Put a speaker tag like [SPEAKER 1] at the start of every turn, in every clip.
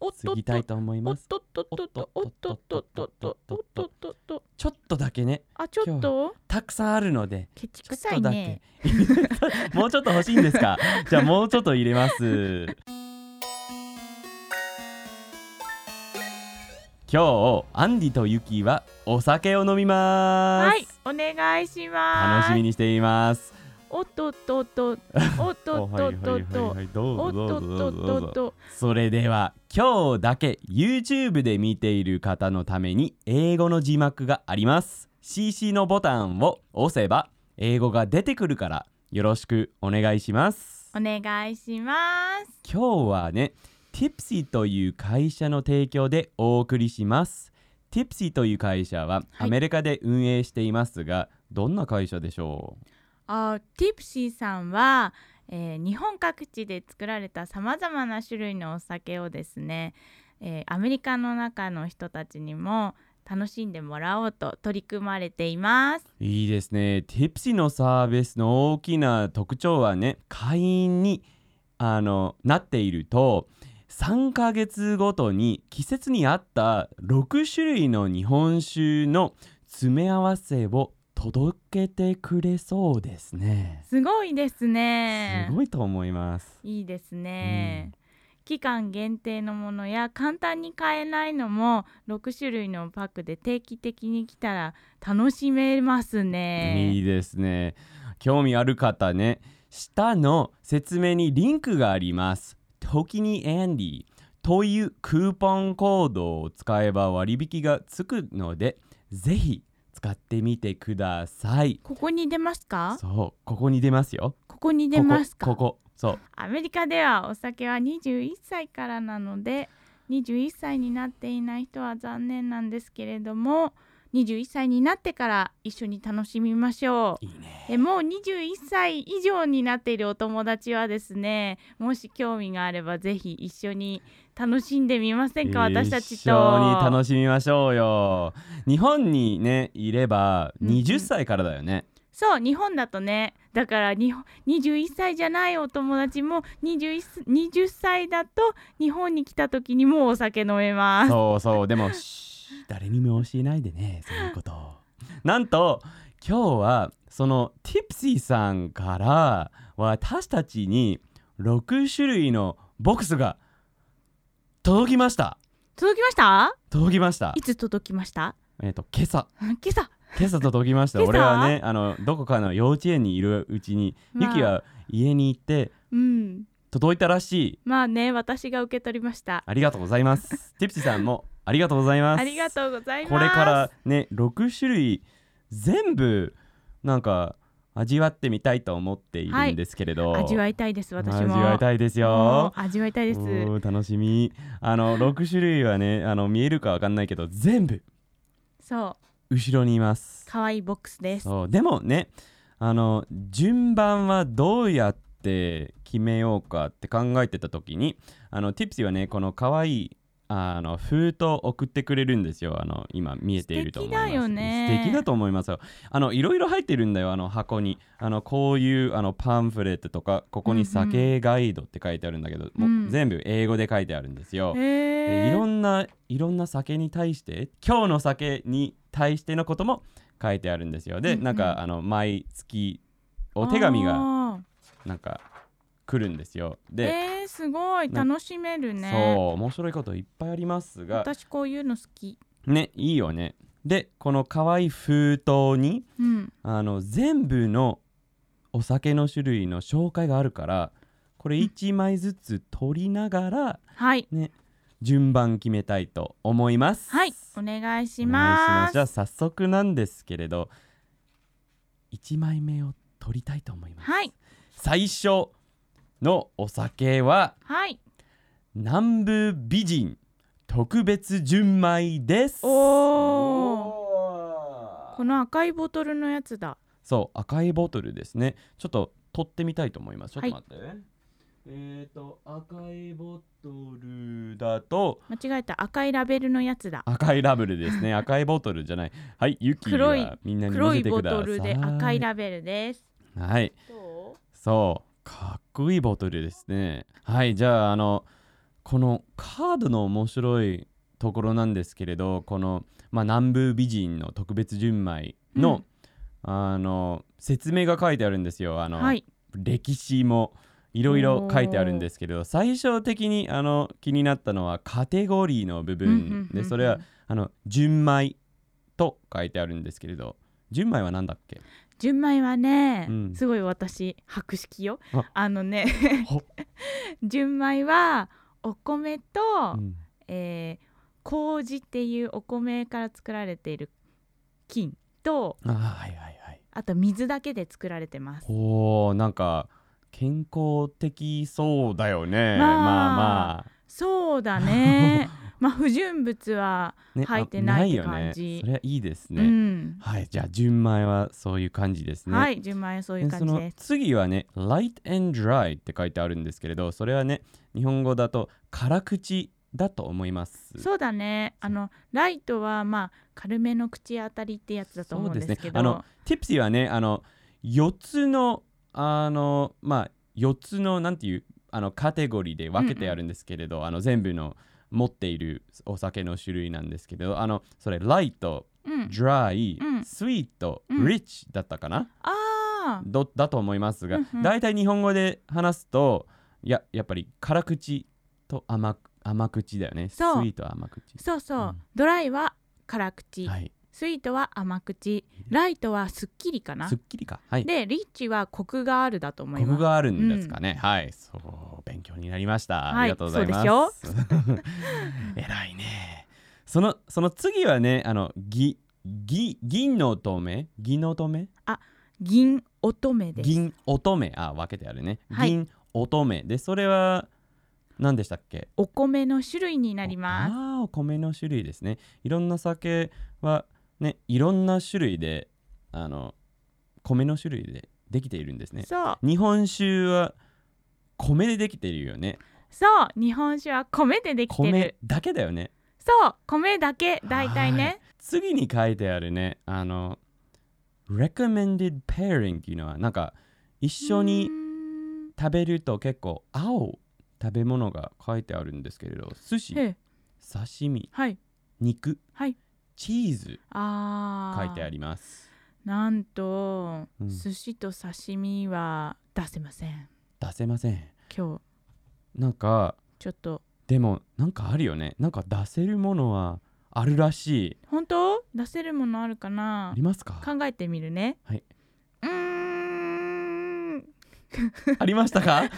[SPEAKER 1] 過ぎたいと思い
[SPEAKER 2] お
[SPEAKER 1] ま
[SPEAKER 2] っ
[SPEAKER 1] す
[SPEAKER 2] とっとっとっとおっとっとっとっとおっとっとっと
[SPEAKER 1] ちょっとだけね
[SPEAKER 2] あちょっと
[SPEAKER 1] たくさんあるので
[SPEAKER 2] ケチ
[SPEAKER 1] ちょ
[SPEAKER 2] く
[SPEAKER 1] っ
[SPEAKER 2] さ
[SPEAKER 1] と
[SPEAKER 2] い
[SPEAKER 1] だ
[SPEAKER 2] ね
[SPEAKER 1] け もうちょっと欲しいんですかじゃあもうちょっと入れます今日アンディとユキはお酒を飲みます、
[SPEAKER 2] はいお願いします
[SPEAKER 1] 楽しみにしています
[SPEAKER 2] おっとっとっとおっとっとっとっと
[SPEAKER 1] いど
[SPEAKER 2] お
[SPEAKER 1] う
[SPEAKER 2] っと
[SPEAKER 1] ぞど
[SPEAKER 2] っ
[SPEAKER 1] うぞ
[SPEAKER 2] とっ
[SPEAKER 1] どう
[SPEAKER 2] と
[SPEAKER 1] ぞ
[SPEAKER 2] っと
[SPEAKER 1] それでは今日だけ YouTube で見ている方のために英語の字幕があります CC のボタンを押せば英語が出てくるからよろしくお願いします
[SPEAKER 2] お願いします
[SPEAKER 1] 今日はね Tipsy という会社の提供でお送りします Tipsy という会社はアメリカで運営していますが、どんな会社でしょう
[SPEAKER 2] あティプシーさんは、えー日本各地で作られたさまざまな種類のお酒をですね、えーアメリカの中の人たちにも楽しんでもらおうと取り組まれています。
[SPEAKER 1] いいですね。Tipsy のサービスの大きな特徴はね、会員にあのなっていると、3ヶ月ごとに季節に合った6種類の日本酒の詰め合わせを届けてくれそうですね。
[SPEAKER 2] すごいです
[SPEAKER 1] す
[SPEAKER 2] ね。
[SPEAKER 1] ごいと思います。
[SPEAKER 2] いいですね。期間限定のものや簡単に買えないのも6種類のパックで定期的に来たら楽しめます
[SPEAKER 1] い
[SPEAKER 2] ね。
[SPEAKER 1] いですね。興味ある方ね、下の説明にリンクがあります。時にエンディというクーポンコードを使えば割引がつくので、ぜひ使ってみてください。
[SPEAKER 2] ここに出ますか
[SPEAKER 1] そう、ここに出ますよ。
[SPEAKER 2] ここに出ますか
[SPEAKER 1] ここ、ここ。そう、
[SPEAKER 2] アメリカではお酒は21歳からなので21歳になっていない人は残念なんですけれども21歳になってから一緒に楽しみましょう
[SPEAKER 1] いいね。
[SPEAKER 2] えもう21歳以上になっているお友達はですねもし興味があればぜひ一緒に楽しんでみませんか私たちと
[SPEAKER 1] 一緒に楽しみましょうよ。日本にね、いれば
[SPEAKER 2] うんうん
[SPEAKER 1] 20歳からだよね。
[SPEAKER 2] そう日本だとねだから日本21歳じゃないお友達も21す20歳だと日本に来た時にもうお酒飲めます
[SPEAKER 1] そうそうでもシー誰にも教えないでねそういうことをなんと今日はそのティプシーさんから私たちに6種類のボックスが届きました
[SPEAKER 2] 届きました
[SPEAKER 1] 届きました
[SPEAKER 2] いつ届きました
[SPEAKER 1] えっ、と今朝
[SPEAKER 2] 今朝
[SPEAKER 1] 今朝届きました
[SPEAKER 2] 今朝
[SPEAKER 1] 俺はねあのどこかの幼稚園にいるうちに、
[SPEAKER 2] まあ
[SPEAKER 1] ユキは家に行って
[SPEAKER 2] うん
[SPEAKER 1] 届いたらしい
[SPEAKER 2] まあね私が受け取りました
[SPEAKER 1] ありがとうございますティプシーさんもありがとうございます
[SPEAKER 2] ありがとうございます
[SPEAKER 1] これからね6種類全部なんか味わってみたいと思っているんですけれど、
[SPEAKER 2] 味わいたいです私も
[SPEAKER 1] 味わいたいです
[SPEAKER 2] も
[SPEAKER 1] よ
[SPEAKER 2] う味わいたいです
[SPEAKER 1] おー楽しみあの6種類はねあの見えるかわかんないけど全部
[SPEAKER 2] そう
[SPEAKER 1] 後ろにいます
[SPEAKER 2] 可愛いボックスです
[SPEAKER 1] そうでもねあの順番はどうやって決めようかって考えてた時にあの Tipsy はねこの可愛いあの封筒を送ってくれるんですよあの今見えていると思います
[SPEAKER 2] 素敵だよね
[SPEAKER 1] 素敵だと思いますよあのいろいろ入ってるんだよあの箱にあのこういうあのパンフレットとかここ
[SPEAKER 2] うんう
[SPEAKER 1] に
[SPEAKER 2] ん
[SPEAKER 1] 酒ガイドって書いてあるんだけど、
[SPEAKER 2] う
[SPEAKER 1] も
[SPEAKER 2] ん
[SPEAKER 1] う全部英語で書いてあるんですよ、で
[SPEAKER 2] へ
[SPEAKER 1] い
[SPEAKER 2] ー
[SPEAKER 1] ろんないろんな酒に対して今日の酒に対してのことも書いてあるんですよで、
[SPEAKER 2] うんうん
[SPEAKER 1] なんかあの毎月お手紙が
[SPEAKER 2] あ
[SPEAKER 1] なんか来るんですよ
[SPEAKER 2] ー
[SPEAKER 1] で、
[SPEAKER 2] えーすごい
[SPEAKER 1] な
[SPEAKER 2] 楽しめるね
[SPEAKER 1] そう面白いこといっぱいありますが
[SPEAKER 2] 私こういうの好き
[SPEAKER 1] ねいいよねでこの可愛い封筒に
[SPEAKER 2] うん
[SPEAKER 1] あの全部のお酒の種類の紹介があるからこれ
[SPEAKER 2] うん
[SPEAKER 1] 1枚ずつ取りながら
[SPEAKER 2] はい
[SPEAKER 1] 順番決めたいと思います。
[SPEAKER 2] はいお願いし
[SPEAKER 1] お願いし
[SPEAKER 2] ま
[SPEAKER 1] ますじゃあ早速なんですけれど1枚目を取りたいと思います、
[SPEAKER 2] はい
[SPEAKER 1] 最初のお酒は
[SPEAKER 2] はい
[SPEAKER 1] 南部美人特別純米です
[SPEAKER 2] おー
[SPEAKER 1] お
[SPEAKER 2] この赤いボトルのやつだ
[SPEAKER 1] そう赤いボトルですねちょっと取ってみたいと思いますちょっと待って、えっ、と赤いボトルだと
[SPEAKER 2] 間違えた赤いラベルのやつだ
[SPEAKER 1] 赤いラベルで すね赤いボトルじゃないはいユキ
[SPEAKER 2] 黒い
[SPEAKER 1] はみんなに見
[SPEAKER 2] 黒
[SPEAKER 1] せ
[SPEAKER 2] い
[SPEAKER 1] て
[SPEAKER 2] ボ
[SPEAKER 1] ください
[SPEAKER 2] トルで赤いラベルです
[SPEAKER 1] はい
[SPEAKER 2] どう
[SPEAKER 1] そうかっこいいボトルですねはいじゃああのこのカードの面白いところなんですけれどこの、まあ、南部美人の特別純米の,、あの説明が書いてあるんですよあの、
[SPEAKER 2] はい
[SPEAKER 1] 歴史もいろいろ書いてあるんですけれど最初的にあの気になったのはカテゴリーの部
[SPEAKER 2] うんうんうん
[SPEAKER 1] 分
[SPEAKER 2] う
[SPEAKER 1] で
[SPEAKER 2] ん
[SPEAKER 1] それはあの純米と書いてあるんですけれど純米は何だっけ
[SPEAKER 2] 純米はね、
[SPEAKER 1] うん
[SPEAKER 2] すごい私博識よ
[SPEAKER 1] あ
[SPEAKER 2] あのね
[SPEAKER 1] ほ
[SPEAKER 2] 純米はお米と、
[SPEAKER 1] うん
[SPEAKER 2] えー麹っていうお米から作られている菌と
[SPEAKER 1] あーはいはいはい
[SPEAKER 2] あと水だけで作られてます
[SPEAKER 1] おーなんか健康的そうだよね、
[SPEAKER 2] まあ
[SPEAKER 1] まあまあ
[SPEAKER 2] そうだ ねまあ不純物は
[SPEAKER 1] ね
[SPEAKER 2] 入って
[SPEAKER 1] あ
[SPEAKER 2] ない
[SPEAKER 1] よね
[SPEAKER 2] って感じ
[SPEAKER 1] それはいいですね、
[SPEAKER 2] うん
[SPEAKER 1] はいじゃあ純米はそういう感じですね
[SPEAKER 2] はい純米はそういう
[SPEAKER 1] でそ
[SPEAKER 2] 感じ
[SPEAKER 1] の
[SPEAKER 2] です
[SPEAKER 1] 次はね「light and dry」って書いてあるんですけれどそれはね日本語だと「辛口」だと思います
[SPEAKER 2] そうだねあのライトはまあ軽めの口当たりってやつだと思うんですけど
[SPEAKER 1] あの tipsy はねあの4つのあのまあ4つのなんていうあのカテゴリーで分けてあるんですけれど、あの全部の持っているお酒の種類なんですけどあのそれライト、
[SPEAKER 2] うん、
[SPEAKER 1] ドライ、
[SPEAKER 2] うん
[SPEAKER 1] スイート、
[SPEAKER 2] うん
[SPEAKER 1] リッチだったかな、
[SPEAKER 2] あー
[SPEAKER 1] どだと思いますが、
[SPEAKER 2] うんうん
[SPEAKER 1] 大体日本語で話すとややっぱり辛口と甘く甘口だよねスイ
[SPEAKER 2] そう
[SPEAKER 1] ート甘口
[SPEAKER 2] そうそう、
[SPEAKER 1] うん
[SPEAKER 2] ドライは辛口、
[SPEAKER 1] はい
[SPEAKER 2] スイートは甘口ライトはすっきりかな
[SPEAKER 1] すっきりかはい
[SPEAKER 2] でリッチはコクがあるだと思い
[SPEAKER 1] こ
[SPEAKER 2] ま
[SPEAKER 1] こ
[SPEAKER 2] す
[SPEAKER 1] があるんですかね、はいそう勉強になりました、
[SPEAKER 2] い
[SPEAKER 1] ありがとうございます
[SPEAKER 2] そ
[SPEAKER 1] 偉いねそのその次はねあのぎぎ銀の乙女銀の乙女
[SPEAKER 2] 銀乙女です
[SPEAKER 1] 銀乙女あ分けてあるね、
[SPEAKER 2] はい
[SPEAKER 1] 銀乙女でそれは何でしたっけ
[SPEAKER 2] お米の種類になります
[SPEAKER 1] あーお米の種類ですねいろんな酒はねいろんな種類であの米の種類でできているんですね
[SPEAKER 2] そう
[SPEAKER 1] 日本酒は米でできているよね
[SPEAKER 2] そう日本酒は米でできて
[SPEAKER 1] 米
[SPEAKER 2] る
[SPEAKER 1] だけだよね
[SPEAKER 2] そう米だけ大体ね
[SPEAKER 1] 次に書いてあるねあの recommended pairing っていうのはなんか一緒に
[SPEAKER 2] うーん
[SPEAKER 1] 食べると結構青食べ物が書いてあるんですけれど寿司
[SPEAKER 2] へえ
[SPEAKER 1] 刺身
[SPEAKER 2] はい
[SPEAKER 1] 肉、
[SPEAKER 2] はい
[SPEAKER 1] チーズ
[SPEAKER 2] あ
[SPEAKER 1] 書いてあ
[SPEAKER 2] る
[SPEAKER 1] ります
[SPEAKER 2] なんと、
[SPEAKER 1] うん
[SPEAKER 2] 寿司と刺身は出せません
[SPEAKER 1] 出せません
[SPEAKER 2] 今日
[SPEAKER 1] なんか
[SPEAKER 2] ちょっと
[SPEAKER 1] でもなんかあるよねなんか出せるものはあるらしい
[SPEAKER 2] 本当出せるものあるかな
[SPEAKER 1] ありますか
[SPEAKER 2] 考えてみるね。
[SPEAKER 1] はいう
[SPEAKER 2] ーん。う
[SPEAKER 1] ありまし たか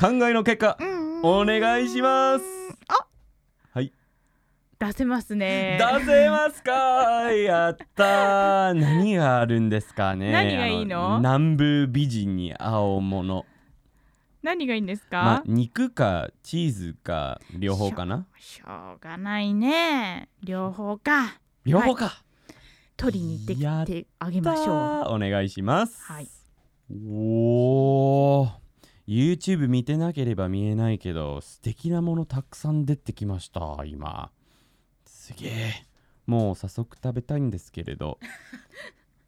[SPEAKER 1] 考えの結果
[SPEAKER 2] ーん
[SPEAKER 1] お願いします。
[SPEAKER 2] あ。
[SPEAKER 1] はい。
[SPEAKER 2] 出せますね。
[SPEAKER 1] 出せますかやったー何があるんですかね
[SPEAKER 2] 何がいいの
[SPEAKER 1] あ南部美人に合うもの
[SPEAKER 2] 何がいいんです
[SPEAKER 1] まあ
[SPEAKER 2] か。
[SPEAKER 1] 肉かチーズか両方かな
[SPEAKER 2] しょうがないね。両方か。
[SPEAKER 1] 両方か、
[SPEAKER 2] 取りに行って
[SPEAKER 1] やっ
[SPEAKER 2] きてあげ
[SPEAKER 1] ま
[SPEAKER 2] まし
[SPEAKER 1] し
[SPEAKER 2] ょう。
[SPEAKER 1] ょうお願いします、
[SPEAKER 2] はい、
[SPEAKER 1] おー YouTube 見てなければ見えないけど素敵なものたくさん出てきました今すげえもう早速食べたいんですけれ ど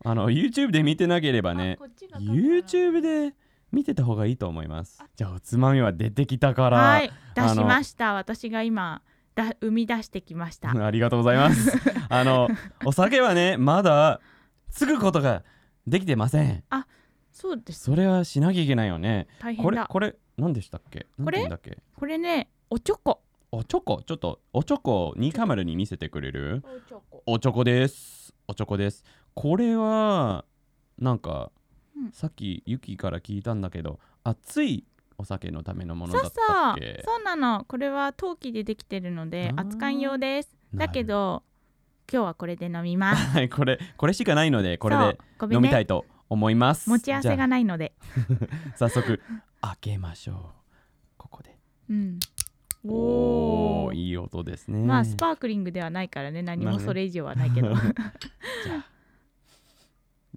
[SPEAKER 1] あの YouTube で見てなければね
[SPEAKER 2] あこっちがカメラ
[SPEAKER 1] YouTube で見てた方がいいと思いますじゃあおつまみは出てきたから、
[SPEAKER 2] はい。出しました。私が今だ生み出してきました。
[SPEAKER 1] ありがとうございます あのお酒はねまだつぐことができてません
[SPEAKER 2] そうです。
[SPEAKER 1] それはしなきゃいけないよね
[SPEAKER 2] 大
[SPEAKER 1] こ
[SPEAKER 2] 変
[SPEAKER 1] れ
[SPEAKER 2] だ。
[SPEAKER 1] これ何でしたっけ
[SPEAKER 2] これ
[SPEAKER 1] 何て言うんだっけ
[SPEAKER 2] これね、おちょこ。
[SPEAKER 1] おチョコちょっとおチョコニカメラに見せてくれる
[SPEAKER 2] おちょこ。
[SPEAKER 1] おチョコですおチョコですこれはなんか、
[SPEAKER 2] うん
[SPEAKER 1] さっきユキから聞いたんだけど熱いお酒のためのもの
[SPEAKER 2] そ
[SPEAKER 1] だ
[SPEAKER 2] う
[SPEAKER 1] った
[SPEAKER 2] そ
[SPEAKER 1] っ
[SPEAKER 2] う
[SPEAKER 1] け
[SPEAKER 2] そうなのこれは陶器でできてるので
[SPEAKER 1] あー
[SPEAKER 2] 扱い用ですだけ
[SPEAKER 1] な
[SPEAKER 2] ど今日はこれで飲みます
[SPEAKER 1] るはいこ れこれしかないのでこれ
[SPEAKER 2] そう
[SPEAKER 1] で
[SPEAKER 2] ごめ
[SPEAKER 1] 飲
[SPEAKER 2] んね
[SPEAKER 1] みたいと思います、
[SPEAKER 2] 持ち合わせが
[SPEAKER 1] じ
[SPEAKER 2] ないので
[SPEAKER 1] ゃあ早速開けましょうここで
[SPEAKER 2] うん
[SPEAKER 1] おお
[SPEAKER 2] ー
[SPEAKER 1] いい音ですね
[SPEAKER 2] まあスパークリングではないからね何
[SPEAKER 1] まあ
[SPEAKER 2] も
[SPEAKER 1] ね
[SPEAKER 2] それ以上はない けど、
[SPEAKER 1] じゃあ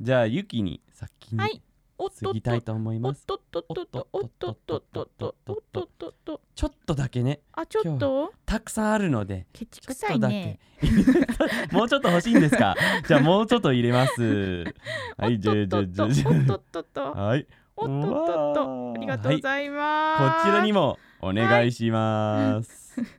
[SPEAKER 1] じゃあユキに先に
[SPEAKER 2] はいおっと
[SPEAKER 1] 過
[SPEAKER 2] っ
[SPEAKER 1] ぎ
[SPEAKER 2] と
[SPEAKER 1] たいと思い
[SPEAKER 2] お
[SPEAKER 1] ま
[SPEAKER 2] っ
[SPEAKER 1] す。
[SPEAKER 2] とっとっとっとおっとっとっとっとおっとっとっと
[SPEAKER 1] ちょっとだけね、
[SPEAKER 2] あちょっと
[SPEAKER 1] たくさんあるので、
[SPEAKER 2] ケチ
[SPEAKER 1] ちょ
[SPEAKER 2] く
[SPEAKER 1] っ
[SPEAKER 2] さ
[SPEAKER 1] と
[SPEAKER 2] い
[SPEAKER 1] だ
[SPEAKER 2] ね
[SPEAKER 1] け。 もうちょっと欲しいんですか。じゃあもうちょっと入れます。はい、じ
[SPEAKER 2] おっ
[SPEAKER 1] ゃじゃ
[SPEAKER 2] とっ
[SPEAKER 1] じ
[SPEAKER 2] と
[SPEAKER 1] ゃ
[SPEAKER 2] っ
[SPEAKER 1] じ
[SPEAKER 2] と
[SPEAKER 1] ゃ。
[SPEAKER 2] おっとっとっと
[SPEAKER 1] はい。
[SPEAKER 2] おっとっとっとありがとうございます、
[SPEAKER 1] こちらにもお願いします。はい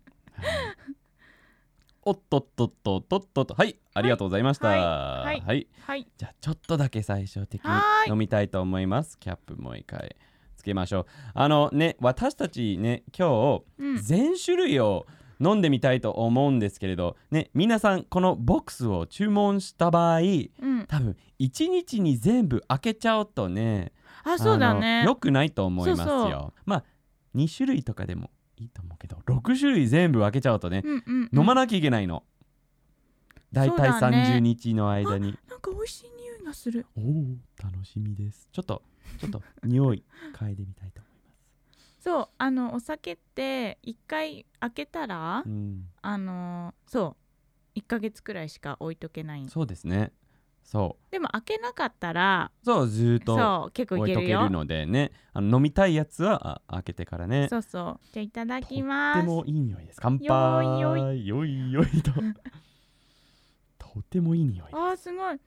[SPEAKER 1] おっとっとっとっとっとっとはいありがとうございました。
[SPEAKER 2] はい
[SPEAKER 1] は
[SPEAKER 2] はい
[SPEAKER 1] い、はい
[SPEAKER 2] はい
[SPEAKER 1] じゃあちょっとだけ最終的に
[SPEAKER 2] はーい
[SPEAKER 1] 飲みたいと思います。キャップもう一回つけましょう。あのね私たちね今
[SPEAKER 2] うん
[SPEAKER 1] 日全種類を飲んでみたいと思うんですけれどね皆さんこのボックスを注文した場合
[SPEAKER 2] うん
[SPEAKER 1] 多分一日に全部開けちゃうとね
[SPEAKER 2] あそうだね
[SPEAKER 1] よくないと思いますよ
[SPEAKER 2] そうそ
[SPEAKER 1] まあ2種類とかでもいいと思うけど6種類全部開けちゃうとね、
[SPEAKER 2] うんうん
[SPEAKER 1] 飲ま
[SPEAKER 2] な
[SPEAKER 1] なきゃいけないのだいたい
[SPEAKER 2] そうだね
[SPEAKER 1] 30日の間に、
[SPEAKER 2] なんか美味しい匂いがする
[SPEAKER 1] おお楽しみですちょっとちょっと匂い嗅いでみたいと
[SPEAKER 2] そうあのお酒って一回開けたら、
[SPEAKER 1] 思います、
[SPEAKER 2] あのーそう1ヶ月くらいしか置いとけない
[SPEAKER 1] うん、そうですねそ
[SPEAKER 2] でも開けなかったら
[SPEAKER 1] うそうずーっと
[SPEAKER 2] そう結構
[SPEAKER 1] 置
[SPEAKER 2] いけ
[SPEAKER 1] いと
[SPEAKER 2] る
[SPEAKER 1] け
[SPEAKER 2] よ
[SPEAKER 1] るのでねあの飲みたいやつはあ開けてからね
[SPEAKER 2] そうそうじゃあいただき
[SPEAKER 1] とっ
[SPEAKER 2] ま
[SPEAKER 1] て
[SPEAKER 2] す
[SPEAKER 1] もいい匂いです乾杯
[SPEAKER 2] よー
[SPEAKER 1] よいよいと とてもいい匂い
[SPEAKER 2] あーすごい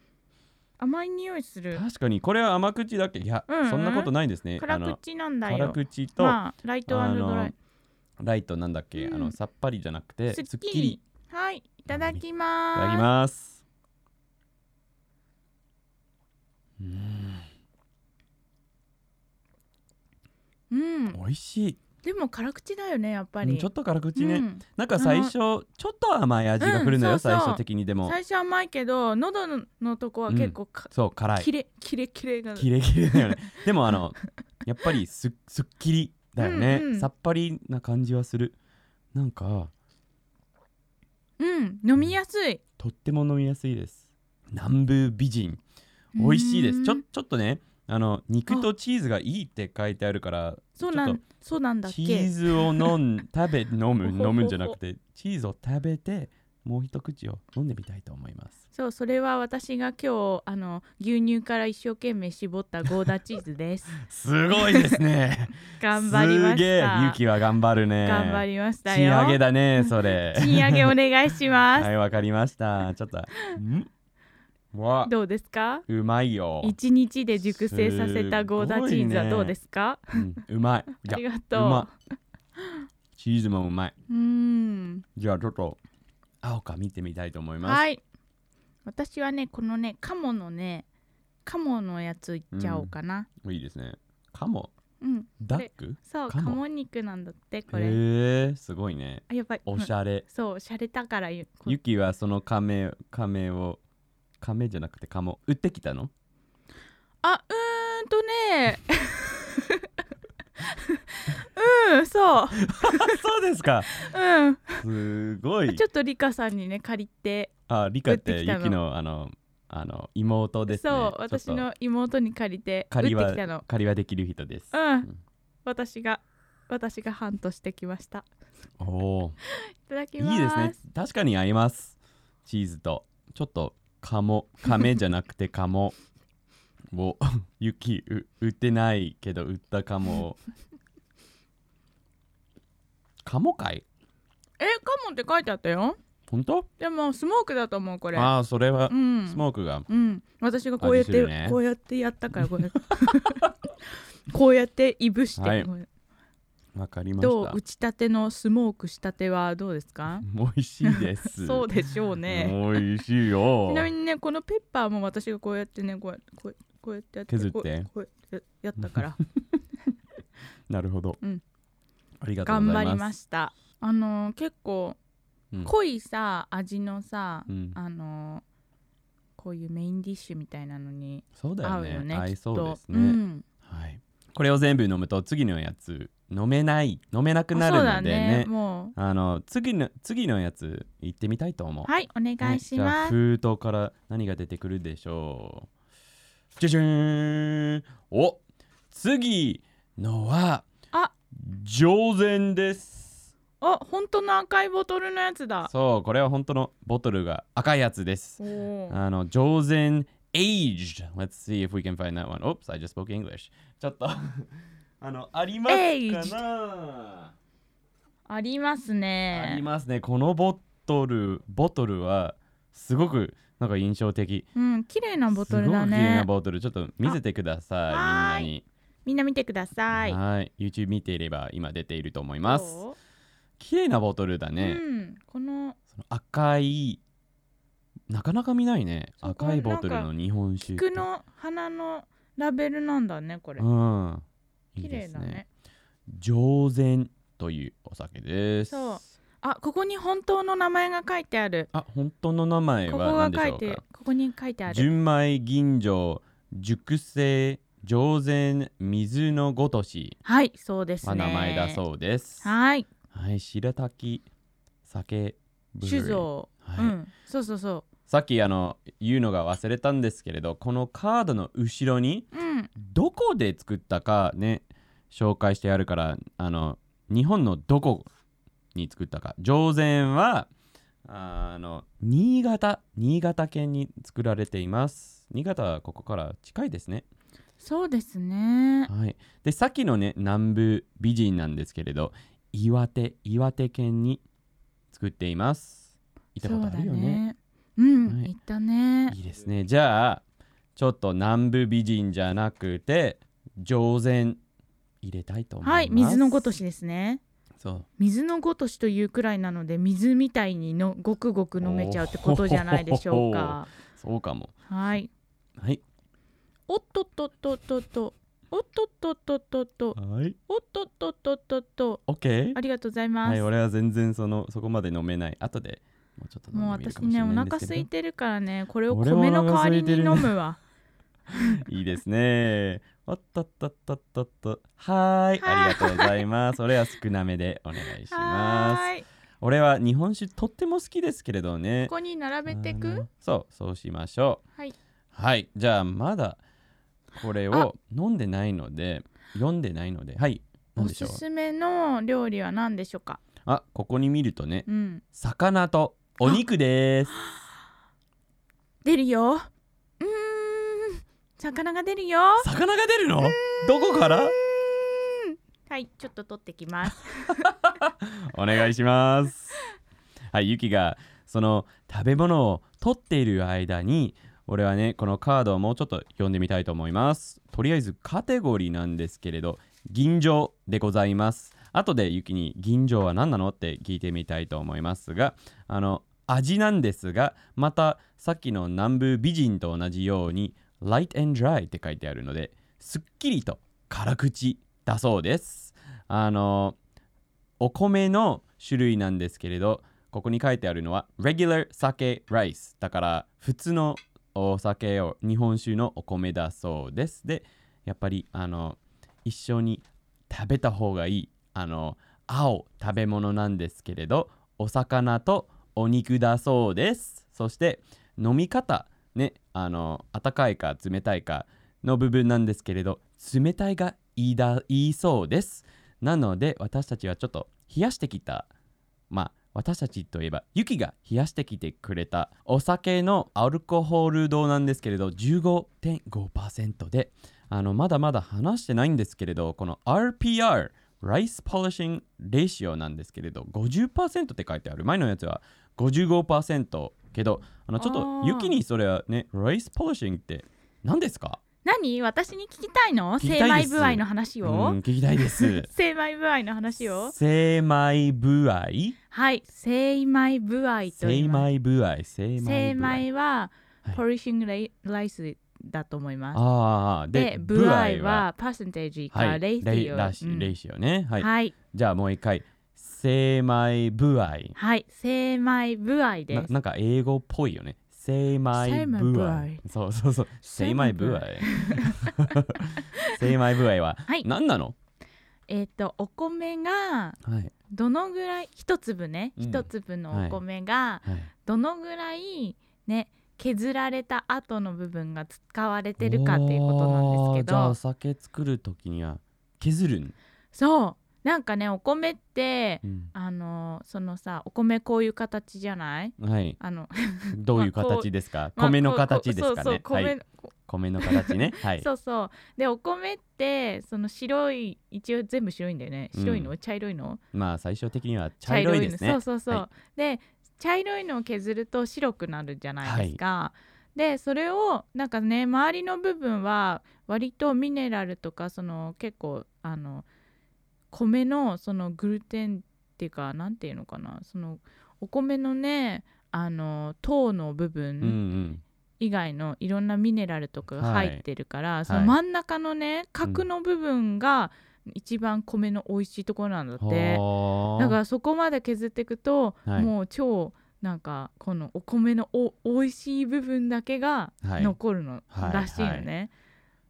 [SPEAKER 2] 甘い匂いする
[SPEAKER 1] 確かにこれは甘口だっけいや、
[SPEAKER 2] うんうん
[SPEAKER 1] そんなことないですねあ
[SPEAKER 2] 辛
[SPEAKER 1] の
[SPEAKER 2] 口なんだ
[SPEAKER 1] 辛
[SPEAKER 2] よ
[SPEAKER 1] 口と、
[SPEAKER 2] まあライト
[SPEAKER 1] あ
[SPEAKER 2] ドラ
[SPEAKER 1] の
[SPEAKER 2] イ
[SPEAKER 1] ライトなんだっけ、
[SPEAKER 2] うん
[SPEAKER 1] あのさっぱりじゃなくて
[SPEAKER 2] すっ
[SPEAKER 1] すっ
[SPEAKER 2] き
[SPEAKER 1] きり
[SPEAKER 2] りはいいただき
[SPEAKER 1] い
[SPEAKER 2] ま
[SPEAKER 1] た
[SPEAKER 2] ー
[SPEAKER 1] だ
[SPEAKER 2] す
[SPEAKER 1] きますうん
[SPEAKER 2] うん
[SPEAKER 1] 美味しい、
[SPEAKER 2] でも辛口だよねやっぱ
[SPEAKER 1] う
[SPEAKER 2] り
[SPEAKER 1] んちょっと辛口ね、
[SPEAKER 2] うん
[SPEAKER 1] なんか最初ちょっと甘い味がくるのよ、
[SPEAKER 2] うんそうそう
[SPEAKER 1] 最終的にでも
[SPEAKER 2] 最初甘いけど喉ののとこは結構か、
[SPEAKER 1] そう辛い
[SPEAKER 2] キレキレキレな
[SPEAKER 1] キレキレだ よねでもあのやっぱりすすっきりだよね、
[SPEAKER 2] うんうん
[SPEAKER 1] さっぱりな感じはするなんか
[SPEAKER 2] うん飲みやすい
[SPEAKER 1] とっても飲みやすいです南部美人美味しいですちょ
[SPEAKER 2] うん
[SPEAKER 1] ちょっとねあの肉とチーズがいいって書いてあるから
[SPEAKER 2] そうな
[SPEAKER 1] ちょっ
[SPEAKER 2] んそうなんだっ
[SPEAKER 1] と
[SPEAKER 2] け
[SPEAKER 1] チーズを飲ん食べ 飲む
[SPEAKER 2] ほほほ
[SPEAKER 1] 飲むんじゃなくてチーズを食べてもう一口を飲んでみたいと思います
[SPEAKER 2] そうそれは私が今日あの牛乳から一生懸命絞ったゴーダチーズです
[SPEAKER 1] すごいですね
[SPEAKER 2] 頑張りました
[SPEAKER 1] すげえゆきは頑張るね
[SPEAKER 2] 頑張りました
[SPEAKER 1] 賃
[SPEAKER 2] よ
[SPEAKER 1] 上げだねそれ
[SPEAKER 2] 賃上げお願いします、
[SPEAKER 1] はい、わかりました。ちょっと。んわ、
[SPEAKER 2] どうですか
[SPEAKER 1] うまいよ。
[SPEAKER 2] 一日で熟成させたゴーダチーズはどうですか
[SPEAKER 1] うんうまい。じ
[SPEAKER 2] あ
[SPEAKER 1] ゃ
[SPEAKER 2] りがと
[SPEAKER 1] あ、
[SPEAKER 2] う
[SPEAKER 1] うまい。チーズもうまい。
[SPEAKER 2] うーん
[SPEAKER 1] じゃあ、ちょっと、青か見てみたいと思います。
[SPEAKER 2] はい私はねこのね鴨のね鴨のやついっちゃおうかな
[SPEAKER 1] い、いですね。カモ、
[SPEAKER 2] うん、
[SPEAKER 1] ダック
[SPEAKER 2] そう
[SPEAKER 1] 鴨
[SPEAKER 2] 鴨肉なんだってこれ、
[SPEAKER 1] へえ、すごいね。
[SPEAKER 2] あやっぱり
[SPEAKER 1] おしゃれ。
[SPEAKER 2] そう洒落たからゆこ
[SPEAKER 1] ユキはそのカメ、カメを、カメじゃなくてカモ、売ってきた の
[SPEAKER 2] あうーんとね うんそう
[SPEAKER 1] そうですか。
[SPEAKER 2] うん
[SPEAKER 1] すごい
[SPEAKER 2] ち。ょっとリカさんにね借りて
[SPEAKER 1] あ、リカって
[SPEAKER 2] 売ってきた
[SPEAKER 1] ユ
[SPEAKER 2] の
[SPEAKER 1] キの、あの、あの妹ですね。
[SPEAKER 2] そう
[SPEAKER 1] ちょっ
[SPEAKER 2] 私
[SPEAKER 1] と
[SPEAKER 2] の妹に借りて打っ
[SPEAKER 1] 借
[SPEAKER 2] て
[SPEAKER 1] り
[SPEAKER 2] き
[SPEAKER 1] は
[SPEAKER 2] たの
[SPEAKER 1] 借りはできる人です。
[SPEAKER 2] うん
[SPEAKER 1] ん
[SPEAKER 2] 私が私がハントしてきました
[SPEAKER 1] おお、
[SPEAKER 2] いただき
[SPEAKER 1] いい
[SPEAKER 2] ます
[SPEAKER 1] ですね。確かに合います。チーズとちょっとカモ、カメじゃなくてカモを雪う売ってないけど売ったカモを。カモかい？
[SPEAKER 2] えカモって書いてあったよ
[SPEAKER 1] 本当？
[SPEAKER 2] でもスモークだと思うこれ
[SPEAKER 1] ああ、それは
[SPEAKER 2] う、ん
[SPEAKER 1] スモークが。
[SPEAKER 2] うん、私がこうやっ
[SPEAKER 1] 味す
[SPEAKER 2] て、
[SPEAKER 1] るね
[SPEAKER 2] こうやってやったからこうやって こうやっていぶして、
[SPEAKER 1] はい
[SPEAKER 2] こう
[SPEAKER 1] わかりま
[SPEAKER 2] ど
[SPEAKER 1] し
[SPEAKER 2] う
[SPEAKER 1] た
[SPEAKER 2] 打。ちたてのスモークしたてはどうですか
[SPEAKER 1] 美味しいで す。
[SPEAKER 2] そうでしょう ね
[SPEAKER 1] 美味しいよ。
[SPEAKER 2] ちなみにねこのペッパーも私がこうやってねこうやこうこうやってやって
[SPEAKER 1] 削って
[SPEAKER 2] こうこうやってやったから
[SPEAKER 1] なるほど。
[SPEAKER 2] うん
[SPEAKER 1] ありがとう
[SPEAKER 2] 頑
[SPEAKER 1] ござ
[SPEAKER 2] 張
[SPEAKER 1] います。
[SPEAKER 2] りましたあのー結構
[SPEAKER 1] うん
[SPEAKER 2] 濃いさ味のさ、
[SPEAKER 1] うん
[SPEAKER 2] あのーこういうメインディッシュみたいなのに
[SPEAKER 1] そうだ
[SPEAKER 2] 合
[SPEAKER 1] よ
[SPEAKER 2] うよ
[SPEAKER 1] ね。
[SPEAKER 2] ね
[SPEAKER 1] 合
[SPEAKER 2] き
[SPEAKER 1] い
[SPEAKER 2] っ
[SPEAKER 1] そ
[SPEAKER 2] と
[SPEAKER 1] うですね。
[SPEAKER 2] ん
[SPEAKER 1] はい、これを全部飲むと次のやつ飲めない飲めなくなる
[SPEAKER 2] あそうだ
[SPEAKER 1] のでね
[SPEAKER 2] もう
[SPEAKER 1] あの次の次のやつ行ってみたいと思う、
[SPEAKER 2] はいお願いし
[SPEAKER 1] じゃ
[SPEAKER 2] ま
[SPEAKER 1] あ
[SPEAKER 2] す、
[SPEAKER 1] 封筒から何が出てくるでしょうじゃじゃーんお次のは
[SPEAKER 2] あ
[SPEAKER 1] 上膳です
[SPEAKER 2] あ本当の赤いボトルのやつだ
[SPEAKER 1] そうこれは本当のボトルが赤いやつです
[SPEAKER 2] おー
[SPEAKER 1] あの、上善 aged. Let's see if we can find that one. Oops, I just spoke English. ちょっと、 あの、ありますかな、
[SPEAKER 2] あります
[SPEAKER 1] あり
[SPEAKER 2] ね
[SPEAKER 1] ますね。このボトル、ボトルは、すごく、なんか印象的。
[SPEAKER 2] うん綺麗なボトルだ
[SPEAKER 1] すごく綺麗
[SPEAKER 2] ね
[SPEAKER 1] なボトル。ちょっと見せてください、みん
[SPEAKER 2] あ
[SPEAKER 1] なに。
[SPEAKER 2] みんな見てください。
[SPEAKER 1] YouTube 見ていれば今出ていると思います
[SPEAKER 2] ど
[SPEAKER 1] 綺麗なボトルだ
[SPEAKER 2] う
[SPEAKER 1] ね、
[SPEAKER 2] うん、この
[SPEAKER 1] その赤いなかなか見ないね
[SPEAKER 2] そう
[SPEAKER 1] 赤いボトルの日本酒って
[SPEAKER 2] 菊の花のラベルなんだねこれ。
[SPEAKER 1] うんい
[SPEAKER 2] 綺
[SPEAKER 1] いで
[SPEAKER 2] 麗
[SPEAKER 1] す
[SPEAKER 2] だ
[SPEAKER 1] ね
[SPEAKER 2] ね。
[SPEAKER 1] 上善というお酒です
[SPEAKER 2] そうあここに本当の名前が書いてある。
[SPEAKER 1] あ本当の名前
[SPEAKER 2] ここが
[SPEAKER 1] は何で
[SPEAKER 2] 書
[SPEAKER 1] し
[SPEAKER 2] い
[SPEAKER 1] ょう
[SPEAKER 2] て
[SPEAKER 1] か
[SPEAKER 2] ここに書いてある。
[SPEAKER 1] 純米吟醸熟成上善水のごとし
[SPEAKER 2] はいそうです
[SPEAKER 1] は
[SPEAKER 2] ね。
[SPEAKER 1] 名前だそうです
[SPEAKER 2] はい
[SPEAKER 1] はい白滝酒ブル
[SPEAKER 2] 酒
[SPEAKER 1] ー
[SPEAKER 2] 造、
[SPEAKER 1] はい
[SPEAKER 2] うんそうそうそ
[SPEAKER 1] さっきあの言うのが忘れたんですけれどこのカードの後ろに
[SPEAKER 2] ううん
[SPEAKER 1] どこで作ったかね紹介してあるからあの日本のどこに作ったか上善はあの新潟新潟県に作られています新潟はここから近いですね
[SPEAKER 2] そうですね。
[SPEAKER 1] はいでさっきのね南部美人なんですけれど岩手岩手県に作っています行ったことある
[SPEAKER 2] そ
[SPEAKER 1] よね
[SPEAKER 2] うだね。うん、
[SPEAKER 1] はい
[SPEAKER 2] 行ったね。
[SPEAKER 1] いいですね。じゃあちょっと南部美人じゃなくて上善入れたいと思います。
[SPEAKER 2] はい、水のごとし。ですね。
[SPEAKER 1] そう。
[SPEAKER 2] 水のごとしというくらいなので、水みたいにのごくごく飲めちゃうってことじゃないでしょうか。
[SPEAKER 1] そうかも。
[SPEAKER 2] はい。
[SPEAKER 1] はい。
[SPEAKER 2] おっとっとっとっとっと。おっとっとっとっとっと。
[SPEAKER 1] はい。
[SPEAKER 2] おっとっとっとっとっと。
[SPEAKER 1] オッケー
[SPEAKER 2] あ。りがとうございます。
[SPEAKER 1] はい、俺は全然そのそこまで飲めない。後でもうちょっと飲
[SPEAKER 2] もうん
[SPEAKER 1] でみる
[SPEAKER 2] 私
[SPEAKER 1] かもしれ
[SPEAKER 2] ね、お
[SPEAKER 1] ないんで
[SPEAKER 2] 腹
[SPEAKER 1] す
[SPEAKER 2] 空
[SPEAKER 1] け
[SPEAKER 2] い
[SPEAKER 1] ど。
[SPEAKER 2] てるからね、これを
[SPEAKER 1] 俺も
[SPEAKER 2] 米の代わりに
[SPEAKER 1] お
[SPEAKER 2] 飲
[SPEAKER 1] 腹空いてるね
[SPEAKER 2] むわ。
[SPEAKER 1] いいですね。おっとっとっとっとっと。はー
[SPEAKER 2] はー
[SPEAKER 1] い。
[SPEAKER 2] い
[SPEAKER 1] ありがとうございます。俺は少なめでお願いし
[SPEAKER 2] は
[SPEAKER 1] ます。
[SPEAKER 2] ーい。
[SPEAKER 1] 俺は日本酒とっても好きですけれどね
[SPEAKER 2] こ。こに並べて
[SPEAKER 1] あ
[SPEAKER 2] く。
[SPEAKER 1] のそうそうしましょう
[SPEAKER 2] はい。
[SPEAKER 1] はいじゃあまだこれを飲んでないので読んでないのではい何
[SPEAKER 2] お
[SPEAKER 1] でしょ
[SPEAKER 2] す
[SPEAKER 1] う
[SPEAKER 2] すめの料理は何でしょうか。
[SPEAKER 1] あここに見るとね
[SPEAKER 2] うん。
[SPEAKER 1] 魚とお肉です
[SPEAKER 2] 出るようーん魚が出るよ
[SPEAKER 1] 魚が出るのどこから
[SPEAKER 2] はいちょっと取ってきます
[SPEAKER 1] お願いしますはいゆきがその食べ物を取っている間に俺はねこのカードをもうちょっと読んでみたいと思いますとりあえずカテゴリーなんですけれど吟醸でございます後でゆきに吟醸は何なのって聞いてみたいと思いますがあの味なんですがまたさっきの南部美人と同じように light and dry って書いてあるのですっきりと辛口だそうですあのお米の種類なんですけれどここに書いてあるのは regular sake rice だから普通のお酒を日本酒のお米だそうですでやっぱりあの一緒に食べた方がいいあの青食べ物なんですけれどお魚とお肉だそうですそして飲み方ねあの温かいか冷たいかの部分なんですけれど冷たいがいいだいいそうですなので私たちはちょっと冷やしてきたまあ私たちといえばユキが冷やしてきてくれたお酒のアルコール度なんですけれど15.5%であのまだまだ話してないんですけれどこの RPR ライスポリシングレシオなんですけれど50%って書いてある前のやつは55%けどあのちょっ
[SPEAKER 2] あ
[SPEAKER 1] と
[SPEAKER 2] ー
[SPEAKER 1] ユキにそれはねライスポリシングって何ですか
[SPEAKER 2] 何私に聞きたいの
[SPEAKER 1] 聞きたい
[SPEAKER 2] 精
[SPEAKER 1] です
[SPEAKER 2] 米具合の話
[SPEAKER 1] う
[SPEAKER 2] を
[SPEAKER 1] ん、聞きたいです
[SPEAKER 2] 精米部合の話を
[SPEAKER 1] 精米部合
[SPEAKER 2] はい精米部合と言
[SPEAKER 1] 精
[SPEAKER 2] います
[SPEAKER 1] 米部合精米部合
[SPEAKER 2] 精米は
[SPEAKER 1] はい
[SPEAKER 2] ポリシングライライスだと思います
[SPEAKER 1] ああ
[SPEAKER 2] で
[SPEAKER 1] で
[SPEAKER 2] 部合はパーセンテージ
[SPEAKER 1] は
[SPEAKER 2] か
[SPEAKER 1] い
[SPEAKER 2] レイティオ
[SPEAKER 1] レイシ
[SPEAKER 2] うん
[SPEAKER 1] レイシオねはい、
[SPEAKER 2] はい
[SPEAKER 1] じゃあもう一回精米部合
[SPEAKER 2] はい精米部合
[SPEAKER 1] な
[SPEAKER 2] です
[SPEAKER 1] なんか英語っぽいよね精米部合
[SPEAKER 2] 精米
[SPEAKER 1] そうそうそう精
[SPEAKER 2] 精米
[SPEAKER 1] 米
[SPEAKER 2] 部
[SPEAKER 1] 部
[SPEAKER 2] 合
[SPEAKER 1] 合精米部合 は
[SPEAKER 2] はい
[SPEAKER 1] 何なの、
[SPEAKER 2] えっとお米が
[SPEAKER 1] はい
[SPEAKER 2] どのぐらい一粒ね
[SPEAKER 1] うん
[SPEAKER 2] 一粒のお米が
[SPEAKER 1] はい、
[SPEAKER 2] どのぐらいね削られた後の部分が使われてるかっていうことなんですけ
[SPEAKER 1] おーじゃあ
[SPEAKER 2] ど
[SPEAKER 1] 酒作る時には削るん、
[SPEAKER 2] そうなんかねお米って
[SPEAKER 1] うん
[SPEAKER 2] あのそのさお米こういう形じゃない
[SPEAKER 1] はい
[SPEAKER 2] あの、
[SPEAKER 1] どういう
[SPEAKER 2] まあこう
[SPEAKER 1] 形ですか、
[SPEAKER 2] まあ
[SPEAKER 1] 米の
[SPEAKER 2] こうこう
[SPEAKER 1] 形ですか
[SPEAKER 2] そうそう
[SPEAKER 1] ね
[SPEAKER 2] 米、
[SPEAKER 1] はい米の 形ねはい
[SPEAKER 2] そうそうでお米ってその白い一応全部白いんだよね白いの、
[SPEAKER 1] う
[SPEAKER 2] 茶色いの
[SPEAKER 1] まあ最終的には茶色いです
[SPEAKER 2] 茶色
[SPEAKER 1] ね
[SPEAKER 2] のそうそうそう、
[SPEAKER 1] は
[SPEAKER 2] で茶色いのを削ると白くなるじゃないですか、でそれをなんかね周りの部分は割とミネラルとかその結構あの米のそのグルテンっていうかなんていうのかなそのお米のねあの糖の部
[SPEAKER 1] うんう
[SPEAKER 2] 分
[SPEAKER 1] ん
[SPEAKER 2] 以外のいろんなミネラルとかが入ってるから、その
[SPEAKER 1] はい
[SPEAKER 2] 真ん中のね角の部分が一番米の美味しいところなんだって。
[SPEAKER 1] ほー
[SPEAKER 2] だからそこまで削っていくと、
[SPEAKER 1] はい
[SPEAKER 2] もう超なんかこのお米のお美味しい部分だけが
[SPEAKER 1] はい
[SPEAKER 2] 残るの
[SPEAKER 1] はい
[SPEAKER 2] らしいのね。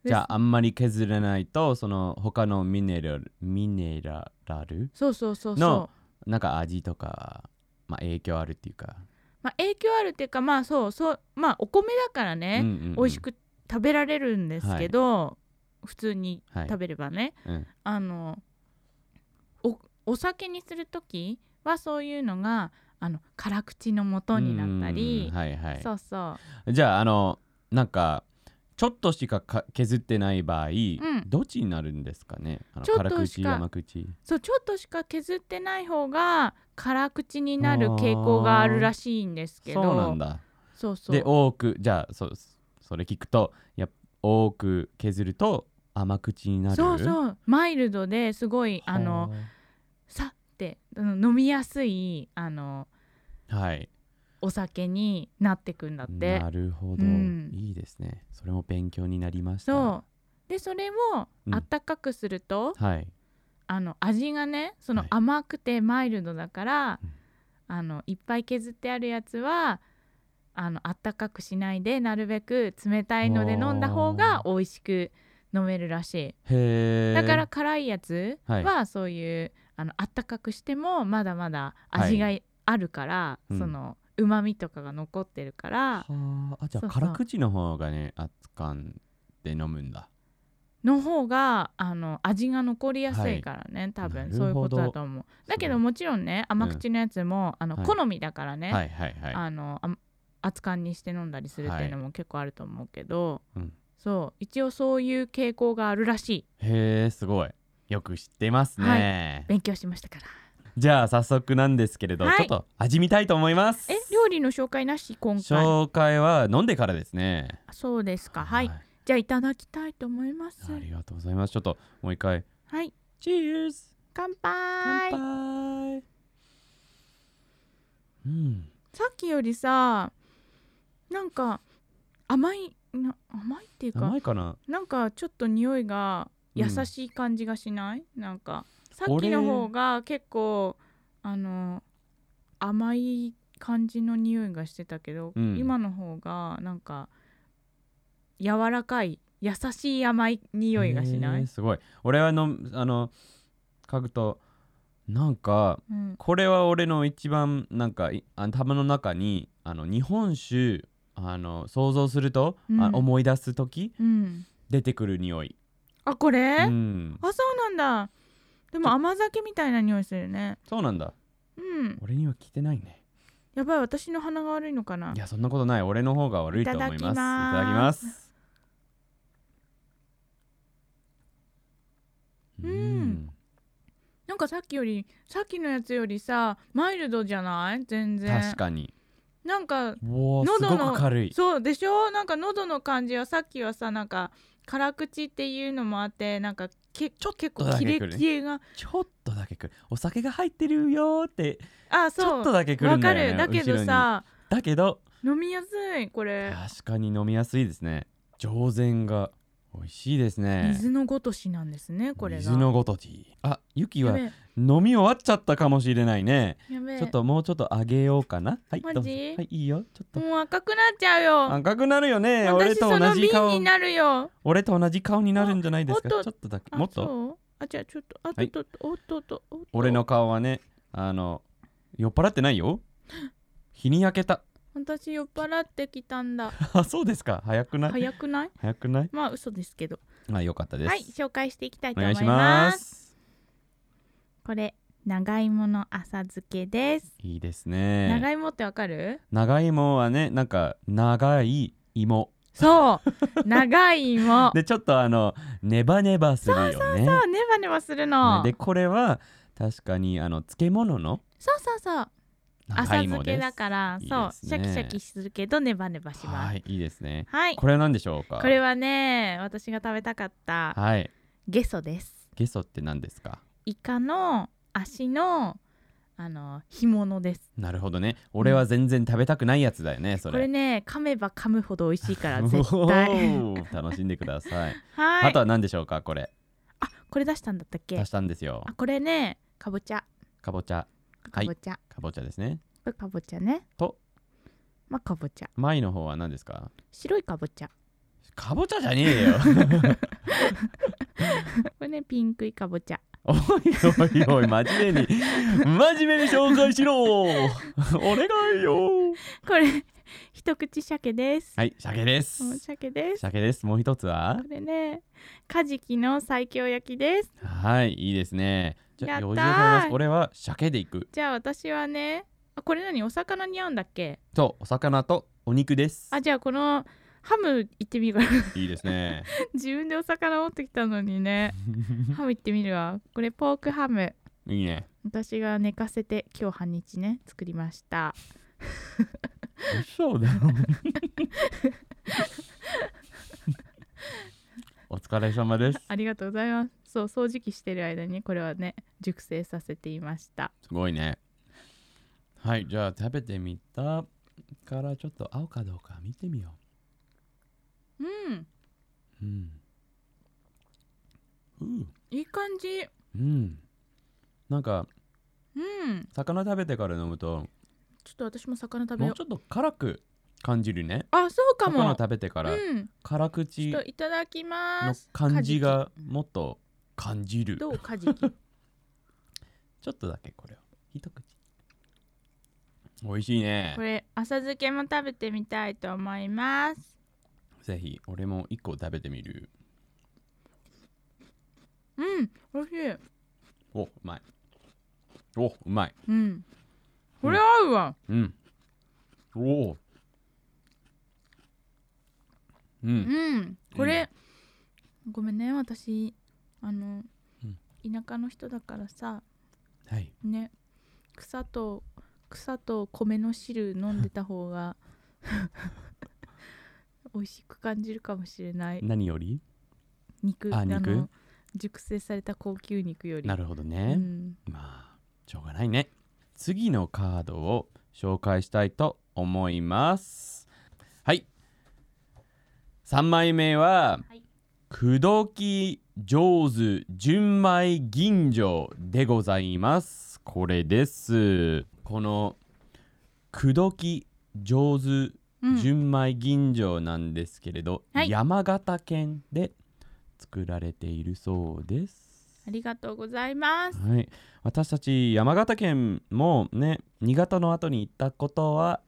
[SPEAKER 2] で
[SPEAKER 1] じゃああんまり削れないとその他のミネラルミネラル
[SPEAKER 2] そうそうそうそ
[SPEAKER 1] の
[SPEAKER 2] う。
[SPEAKER 1] なんか味とか、まあ、影響あるっていうか、
[SPEAKER 2] まあ影響あるっていうかまあそうそうまあお米だから
[SPEAKER 1] うん
[SPEAKER 2] ね、
[SPEAKER 1] うんうん、
[SPEAKER 2] 美味しく食べられるんですけど、普通に
[SPEAKER 1] はい
[SPEAKER 2] 食べればね、
[SPEAKER 1] うん
[SPEAKER 2] あのおお酒にする時はそういうのがあの辛口の元になった
[SPEAKER 1] うんうんう
[SPEAKER 2] り
[SPEAKER 1] ん、はいはい、
[SPEAKER 2] そうそう
[SPEAKER 1] じゃああのなんかちょっとしかか削ってない場合、
[SPEAKER 2] ん
[SPEAKER 1] どっちになるんですかねあの
[SPEAKER 2] ちょっと
[SPEAKER 1] 辛口
[SPEAKER 2] しか
[SPEAKER 1] 甘口
[SPEAKER 2] そうちょっとしか削ってない方が辛口になる傾向があるらしいんですけど
[SPEAKER 1] そうなんだ
[SPEAKER 2] そうそう
[SPEAKER 1] で多くじゃあそうそれ聞くとやっ多く削ると甘口になる
[SPEAKER 2] そう
[SPEAKER 1] う
[SPEAKER 2] そうマイルドですごいあのさってあの飲みやすいあの
[SPEAKER 1] はい
[SPEAKER 2] お酒になってくんだって
[SPEAKER 1] なるほど、
[SPEAKER 2] うん
[SPEAKER 1] いいですねそれも勉強になりました
[SPEAKER 2] そうでそれを
[SPEAKER 1] うん
[SPEAKER 2] あったかくすると、
[SPEAKER 1] はい
[SPEAKER 2] あの味がねその
[SPEAKER 1] はい
[SPEAKER 2] 甘くてマイルドだから、
[SPEAKER 1] うん
[SPEAKER 2] あのいっぱい削ってあるやつはあのあったかくしないでなるべく冷たいので飲んだ方が美味しく飲めるらし
[SPEAKER 1] へ
[SPEAKER 2] い
[SPEAKER 1] え
[SPEAKER 2] だから辛いやつ
[SPEAKER 1] はい
[SPEAKER 2] はそういう、あのあったかくしてもまだまだ
[SPEAKER 1] はい
[SPEAKER 2] 味があるから、
[SPEAKER 1] うん
[SPEAKER 2] そのうまみとかが残ってるから
[SPEAKER 1] はーあじゃ
[SPEAKER 2] そ
[SPEAKER 1] あ
[SPEAKER 2] うそう
[SPEAKER 1] 辛口の方がね熱感で飲むんだ
[SPEAKER 2] の方があの味が残りやすいからね、多
[SPEAKER 1] なる
[SPEAKER 2] 分
[SPEAKER 1] ほど
[SPEAKER 2] そういうことだと思うだけどもちろんね甘口のやつも、あの
[SPEAKER 1] はい
[SPEAKER 2] 好みだからね、
[SPEAKER 1] はいはいはい
[SPEAKER 2] あのあ熱燗にして飲んだりするっていうのも結構あると思うけど、
[SPEAKER 1] はいうん
[SPEAKER 2] そう一応そういう傾向があるらしい
[SPEAKER 1] へえすごいよく知ってますね、
[SPEAKER 2] 勉強しましたから
[SPEAKER 1] じゃあ早速なんですけれど、
[SPEAKER 2] はい
[SPEAKER 1] ちょっと味見たいと思います
[SPEAKER 2] え料理の紹介なし今回
[SPEAKER 1] 紹介は飲んでからですね
[SPEAKER 2] そうですかはい、じゃあいただきたいと思います
[SPEAKER 1] ありがとうございますちょっともう一回
[SPEAKER 2] はい
[SPEAKER 1] チーズ
[SPEAKER 2] 乾
[SPEAKER 1] 乾
[SPEAKER 2] 杯
[SPEAKER 1] 杯うん
[SPEAKER 2] さっきよりさなんか甘いな甘いっていうか
[SPEAKER 1] 甘いかな
[SPEAKER 2] なんかちょっと匂いが優しい感じがしない、なんかさっきの方が結構あの甘い感じの匂いがしてたけど、
[SPEAKER 1] うん
[SPEAKER 2] 今の方がなんか柔らかい優しい甘い匂いがしな
[SPEAKER 1] へ
[SPEAKER 2] い
[SPEAKER 1] ー、すごい俺はのあの嗅ぐとなんか
[SPEAKER 2] うん、
[SPEAKER 1] これは俺の一番なんかいあ頭の中にあの日本酒あの想像すると、あ
[SPEAKER 2] うん
[SPEAKER 1] 思い出す時
[SPEAKER 2] うん、
[SPEAKER 1] 出てくる匂い、
[SPEAKER 2] あこれ、
[SPEAKER 1] うん、
[SPEAKER 2] あそうなんだでも甘酒みたいな匂いするね
[SPEAKER 1] そうなんだ
[SPEAKER 2] うん
[SPEAKER 1] 俺には聞いてないね
[SPEAKER 2] やばい私の鼻が悪いのかない
[SPEAKER 1] やそんなことない俺の方が悪いと思います
[SPEAKER 2] い
[SPEAKER 1] い
[SPEAKER 2] ただきま
[SPEAKER 1] た
[SPEAKER 2] す
[SPEAKER 1] だきます
[SPEAKER 2] うんなんかさっきよりさっきのやつよりさマイルドじゃない全
[SPEAKER 1] うん
[SPEAKER 2] 然
[SPEAKER 1] 確かに
[SPEAKER 2] なんか
[SPEAKER 1] おーす
[SPEAKER 2] 喉
[SPEAKER 1] ご
[SPEAKER 2] の
[SPEAKER 1] く軽い
[SPEAKER 2] そうでしょなんか喉の感じはさっきはさなんか辛口っていうのもあってなんかけちょ結構
[SPEAKER 1] だけ
[SPEAKER 2] キレ
[SPEAKER 1] くる
[SPEAKER 2] キレが
[SPEAKER 1] ちょっとだけくるお酒が入ってるよーって
[SPEAKER 2] あ
[SPEAKER 1] ちょ
[SPEAKER 2] そ
[SPEAKER 1] っと
[SPEAKER 2] う
[SPEAKER 1] だけくる
[SPEAKER 2] わ
[SPEAKER 1] ん
[SPEAKER 2] か
[SPEAKER 1] だ
[SPEAKER 2] る
[SPEAKER 1] よね
[SPEAKER 2] だけどさ
[SPEAKER 1] 後ろにだけど
[SPEAKER 2] 飲みやすいこれ
[SPEAKER 1] 確かに飲みやすいですね上膳が美味しいですね
[SPEAKER 2] 水のごとしなんですねこれが
[SPEAKER 1] 水のごとティーあゆき
[SPEAKER 2] や
[SPEAKER 1] は
[SPEAKER 2] べ
[SPEAKER 1] 飲
[SPEAKER 2] え
[SPEAKER 1] み終わっちゃったかもしれないね
[SPEAKER 2] やべえ
[SPEAKER 1] ちょっともうちょっとあげようかなはい
[SPEAKER 2] マジ
[SPEAKER 1] どうぞはいいいよちょっと
[SPEAKER 2] もう赤くなっちゃうよ
[SPEAKER 1] 赤くなるよね俺
[SPEAKER 2] 私
[SPEAKER 1] と
[SPEAKER 2] そ
[SPEAKER 1] 同
[SPEAKER 2] の
[SPEAKER 1] じ
[SPEAKER 2] 瓶
[SPEAKER 1] 顔
[SPEAKER 2] になるよ
[SPEAKER 1] 俺と同じ顔になるんじゃないですかち
[SPEAKER 2] お
[SPEAKER 1] ょ
[SPEAKER 2] っと
[SPEAKER 1] っとだけ
[SPEAKER 2] あ
[SPEAKER 1] もっと
[SPEAKER 2] そうあじゃあちょっとあ
[SPEAKER 1] はい
[SPEAKER 2] とっとおっとっとおっと
[SPEAKER 1] 俺の顔はねあの酔っ払ってない よ日に焼けた
[SPEAKER 2] 私酔っ払ってきたんだ
[SPEAKER 1] あそうですか早くない、
[SPEAKER 2] 早くない
[SPEAKER 1] 早くない
[SPEAKER 2] まあ嘘ですけど
[SPEAKER 1] あよかったです、
[SPEAKER 2] はい紹介していきたい
[SPEAKER 1] お
[SPEAKER 2] と思
[SPEAKER 1] 願
[SPEAKER 2] い
[SPEAKER 1] い
[SPEAKER 2] ます
[SPEAKER 1] します
[SPEAKER 2] これ長芋の浅漬けです、
[SPEAKER 1] いいですね
[SPEAKER 2] 長芋ってわかる
[SPEAKER 1] 長芋はねなんか長い芋
[SPEAKER 2] そう 長芋
[SPEAKER 1] でちょっとあのネバネバするよね
[SPEAKER 2] そうネバネバするの、
[SPEAKER 1] ねでこれは確かにあの漬物の
[SPEAKER 2] そうそうそう浅
[SPEAKER 1] い
[SPEAKER 2] 漬けだから
[SPEAKER 1] いい
[SPEAKER 2] そう
[SPEAKER 1] です
[SPEAKER 2] シ
[SPEAKER 1] ね
[SPEAKER 2] ャキシャキするけどネバネバします
[SPEAKER 1] は
[SPEAKER 2] はい、
[SPEAKER 1] いいいですねこれは何でしょうか
[SPEAKER 2] これはね私が食べたかった
[SPEAKER 1] はい
[SPEAKER 2] ゲソです
[SPEAKER 1] ゲソって何ですか
[SPEAKER 2] イカの足のあの干物です
[SPEAKER 1] なるほどね俺は全然食べたくないやつだよねそ
[SPEAKER 2] これ
[SPEAKER 1] れ
[SPEAKER 2] ね噛めば噛むほど美味しいから
[SPEAKER 1] お
[SPEAKER 2] 絶対
[SPEAKER 1] ー 楽しんでください
[SPEAKER 2] はい
[SPEAKER 1] あとは何でしょうかこれ
[SPEAKER 2] あこれ出したんだったっけ
[SPEAKER 1] 足したんですよ
[SPEAKER 2] あこれねかぼちゃ
[SPEAKER 1] かぼちゃは
[SPEAKER 2] か
[SPEAKER 1] い
[SPEAKER 2] ぼちゃ、
[SPEAKER 1] かぼちゃですね
[SPEAKER 2] これかぼちゃね
[SPEAKER 1] と
[SPEAKER 2] まあかぼちゃ
[SPEAKER 1] 前の方は何ですか
[SPEAKER 2] 白いかぼちゃ
[SPEAKER 1] かぼちゃじゃね えよ
[SPEAKER 2] これねピンクいかぼちゃ
[SPEAKER 1] おいおいおい真面目に真面目に紹介しろ お願いよ
[SPEAKER 2] これ 一口鮭です、
[SPEAKER 1] はい鮭で
[SPEAKER 2] この
[SPEAKER 1] す
[SPEAKER 2] 鮭です
[SPEAKER 1] 鮭ですもう一つは
[SPEAKER 2] これねカジキの西京焼きです
[SPEAKER 1] はいいいですねじゃ
[SPEAKER 2] や
[SPEAKER 1] あ
[SPEAKER 2] ったー
[SPEAKER 1] 余裕でございます俺は鮭でいく
[SPEAKER 2] じゃあ私はねあこれ何お魚に合うんだっけ
[SPEAKER 1] そうお魚とお肉です
[SPEAKER 2] あじゃあこのハム行ってみるわ
[SPEAKER 1] いいですね
[SPEAKER 2] 自分でお魚持ってきたのに ねハム行ってみるわこれポークハム
[SPEAKER 1] いいね
[SPEAKER 2] 私が寝かせて今日半日ね作りました
[SPEAKER 1] そうだ お疲れ様です
[SPEAKER 2] ありがとうございますそう掃除機してる間にこれはね熟成させていました
[SPEAKER 1] すごいねはいじゃあ食べてみたからちょっと合うかどうか見てみよ
[SPEAKER 2] うん
[SPEAKER 1] ううんうん
[SPEAKER 2] いい感じ
[SPEAKER 1] うんなんか
[SPEAKER 2] うん
[SPEAKER 1] 魚食べてから飲むと
[SPEAKER 2] ちょっと私も魚食べ
[SPEAKER 1] も
[SPEAKER 2] よ
[SPEAKER 1] う
[SPEAKER 2] う
[SPEAKER 1] ちょっと辛く感じるね
[SPEAKER 2] あそうか
[SPEAKER 1] 魚
[SPEAKER 2] も
[SPEAKER 1] 食べてから
[SPEAKER 2] うん
[SPEAKER 1] 辛
[SPEAKER 2] ち
[SPEAKER 1] 口
[SPEAKER 2] ょっといただきま
[SPEAKER 1] の
[SPEAKER 2] す
[SPEAKER 1] 感じがもっと感じ
[SPEAKER 2] カジキ
[SPEAKER 1] る
[SPEAKER 2] どうカジキ
[SPEAKER 1] ちょっとだけこれを一口美味しいね
[SPEAKER 2] こ れ浅漬けも食べてみたいと思います
[SPEAKER 1] ぜひ俺も一個食べてみる
[SPEAKER 2] うん美味しい
[SPEAKER 1] おうまいおうまい
[SPEAKER 2] うんこれ合うわ、
[SPEAKER 1] うんおうう
[SPEAKER 2] うん
[SPEAKER 1] ん
[SPEAKER 2] これ、ごめんね私あの、
[SPEAKER 1] うん
[SPEAKER 2] 田舎の人だからさ
[SPEAKER 1] はい
[SPEAKER 2] ね草と草と米の汁飲んでた方が 美味しく感じるかもしれない
[SPEAKER 1] 何より
[SPEAKER 2] 肉
[SPEAKER 1] あ肉
[SPEAKER 2] の熟成された高級肉より
[SPEAKER 1] なるほど
[SPEAKER 2] う
[SPEAKER 1] ね、
[SPEAKER 2] ん、
[SPEAKER 1] まあしょうがないね次のカードを紹介したいと思いますはい3枚目は
[SPEAKER 2] はい
[SPEAKER 1] 「口説き上手純米吟醸」でございますこれですこの「口説き上手
[SPEAKER 2] うん
[SPEAKER 1] 純米吟醸」なんですけれど、
[SPEAKER 2] はい
[SPEAKER 1] 山形県で作られているそうです
[SPEAKER 2] ありがとうございます
[SPEAKER 1] はい、私たち山形県もね新潟の後に行ったことは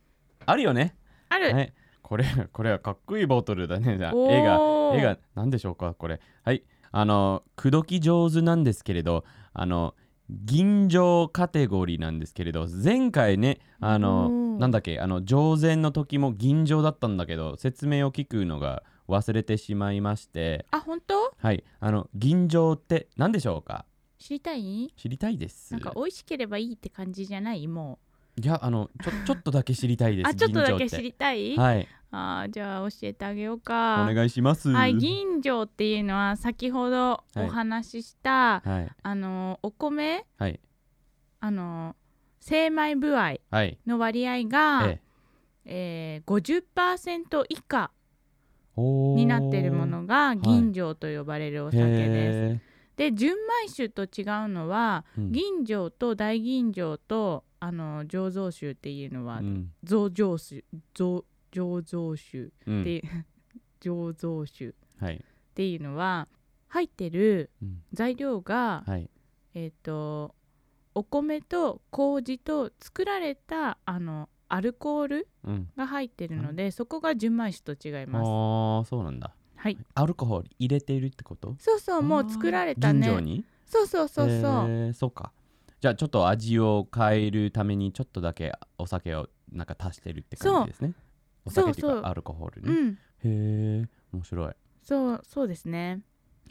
[SPEAKER 1] あるよね、
[SPEAKER 2] ある、
[SPEAKER 1] はい、これこれはかっこいいボトルだねじゃあ
[SPEAKER 2] おー
[SPEAKER 1] 絵が絵が何でしょうかこれはいあの口説き上手なんですけれどあの銀醸カテゴリーなんですけれど前回ねあの
[SPEAKER 2] おー
[SPEAKER 1] なんだっけあの上前の時も銀醸だったんだけど説明を聞くのが忘れてしまいまして
[SPEAKER 2] あ本当
[SPEAKER 1] はいあの銀醸って何でしょうか
[SPEAKER 2] 知りたい
[SPEAKER 1] 知りたいです
[SPEAKER 2] なんか美味しければいいって感じじゃないも
[SPEAKER 1] いやあのちょちょっとだけ知りたいで
[SPEAKER 2] う
[SPEAKER 1] す。
[SPEAKER 2] あちょっとだ
[SPEAKER 1] 吟醸
[SPEAKER 2] け
[SPEAKER 1] て
[SPEAKER 2] 知りたい、
[SPEAKER 1] はい、
[SPEAKER 2] あーじゃあ教えてあげよう
[SPEAKER 1] お
[SPEAKER 2] か
[SPEAKER 1] 願いします。
[SPEAKER 2] はい、銀醸っていうのは先ほどお話しした、
[SPEAKER 1] はい
[SPEAKER 2] あのお米
[SPEAKER 1] はい
[SPEAKER 2] あの精米部合
[SPEAKER 1] はい。
[SPEAKER 2] の割合
[SPEAKER 1] え
[SPEAKER 2] が、
[SPEAKER 1] え
[SPEAKER 2] えー、50%以下
[SPEAKER 1] おー
[SPEAKER 2] になっているものが
[SPEAKER 1] い
[SPEAKER 2] 銀醸と呼ばれるお酒です。
[SPEAKER 1] へ
[SPEAKER 2] で純米酒と違うのは
[SPEAKER 1] ーうん
[SPEAKER 2] 銀醸と大銀醸とあの醸造酒っていうのは
[SPEAKER 1] うん
[SPEAKER 2] 醸造酒醸醸造酒
[SPEAKER 1] うん
[SPEAKER 2] っていう、醸造酒っ
[SPEAKER 1] はい
[SPEAKER 2] ていうのは入ってる
[SPEAKER 1] うん
[SPEAKER 2] 材料が
[SPEAKER 1] はい
[SPEAKER 2] えっ、とお米と麹と作られたあのアルコール
[SPEAKER 1] うん。
[SPEAKER 2] が入ってるので、そこが純米酒と違い
[SPEAKER 1] ああ
[SPEAKER 2] ます。
[SPEAKER 1] ーそうなんだ。
[SPEAKER 2] はい。
[SPEAKER 1] アルコール入れているってこと？
[SPEAKER 2] そうそうもう作られた
[SPEAKER 1] あー吟醸
[SPEAKER 2] ね。
[SPEAKER 1] に？
[SPEAKER 2] そうそうそうそう。
[SPEAKER 1] へーそうか。じゃあちょっと味を変えるためにちょっとだけお酒をなんか足してるって感じですね。お
[SPEAKER 2] そう
[SPEAKER 1] 酒っていう
[SPEAKER 2] そう
[SPEAKER 1] かアルコール
[SPEAKER 2] う
[SPEAKER 1] ね。
[SPEAKER 2] ん。
[SPEAKER 1] へえ面白い。
[SPEAKER 2] そうそうですね。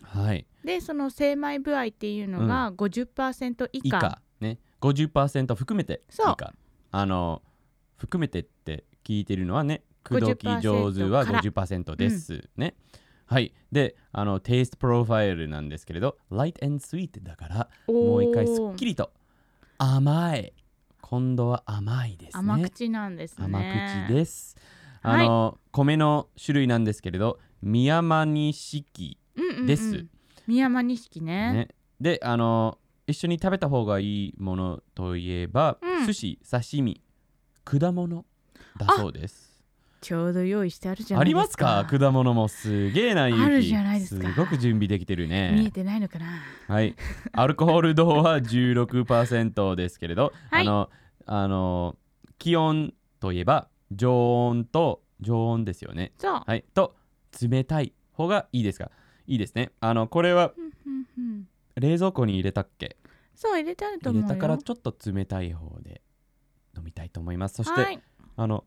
[SPEAKER 1] はい。
[SPEAKER 2] でその精米部合っていうのが50%以
[SPEAKER 1] 以
[SPEAKER 2] 下。
[SPEAKER 1] 下ね50%含めて以
[SPEAKER 2] そう
[SPEAKER 1] 下あの含めてって聞いてるのはね口説き上手は50%です、ねはいであのテイストプロファイルなんですけれど light and sweet だからもう一回すっき
[SPEAKER 2] り
[SPEAKER 1] りと甘い今度は甘いですね
[SPEAKER 2] 甘口なんですね
[SPEAKER 1] 甘口ですあ
[SPEAKER 2] はい
[SPEAKER 1] の、米の種類なんですけれど宮間錦
[SPEAKER 2] うんうんうん
[SPEAKER 1] です
[SPEAKER 2] 宮間錦ね
[SPEAKER 1] ね、であの一緒に食べた方がいいものといえば、
[SPEAKER 2] うん
[SPEAKER 1] 寿司刺身果物だそうです
[SPEAKER 2] ちょうど用意してあるじゃ
[SPEAKER 1] あ
[SPEAKER 2] ない
[SPEAKER 1] り
[SPEAKER 2] で
[SPEAKER 1] ますす
[SPEAKER 2] か
[SPEAKER 1] か果物もすげえなゆき
[SPEAKER 2] あるじゃないですか
[SPEAKER 1] すごく準備できてる
[SPEAKER 2] 見え
[SPEAKER 1] ね
[SPEAKER 2] てないのかな
[SPEAKER 1] はいアルコール度は16%ですけれど、
[SPEAKER 2] はい
[SPEAKER 1] あのあの気温といえば常温と常温ですよね
[SPEAKER 2] そう、
[SPEAKER 1] はいと冷たい方がいいですかいいですねあのこれは
[SPEAKER 2] うんうんうん
[SPEAKER 1] 冷蔵庫に入れたっけ
[SPEAKER 2] そう入れてあると
[SPEAKER 1] 入
[SPEAKER 2] 思う
[SPEAKER 1] れ
[SPEAKER 2] よ
[SPEAKER 1] たからちょっと冷たい方で飲みたいと思いますそして、
[SPEAKER 2] はい
[SPEAKER 1] あの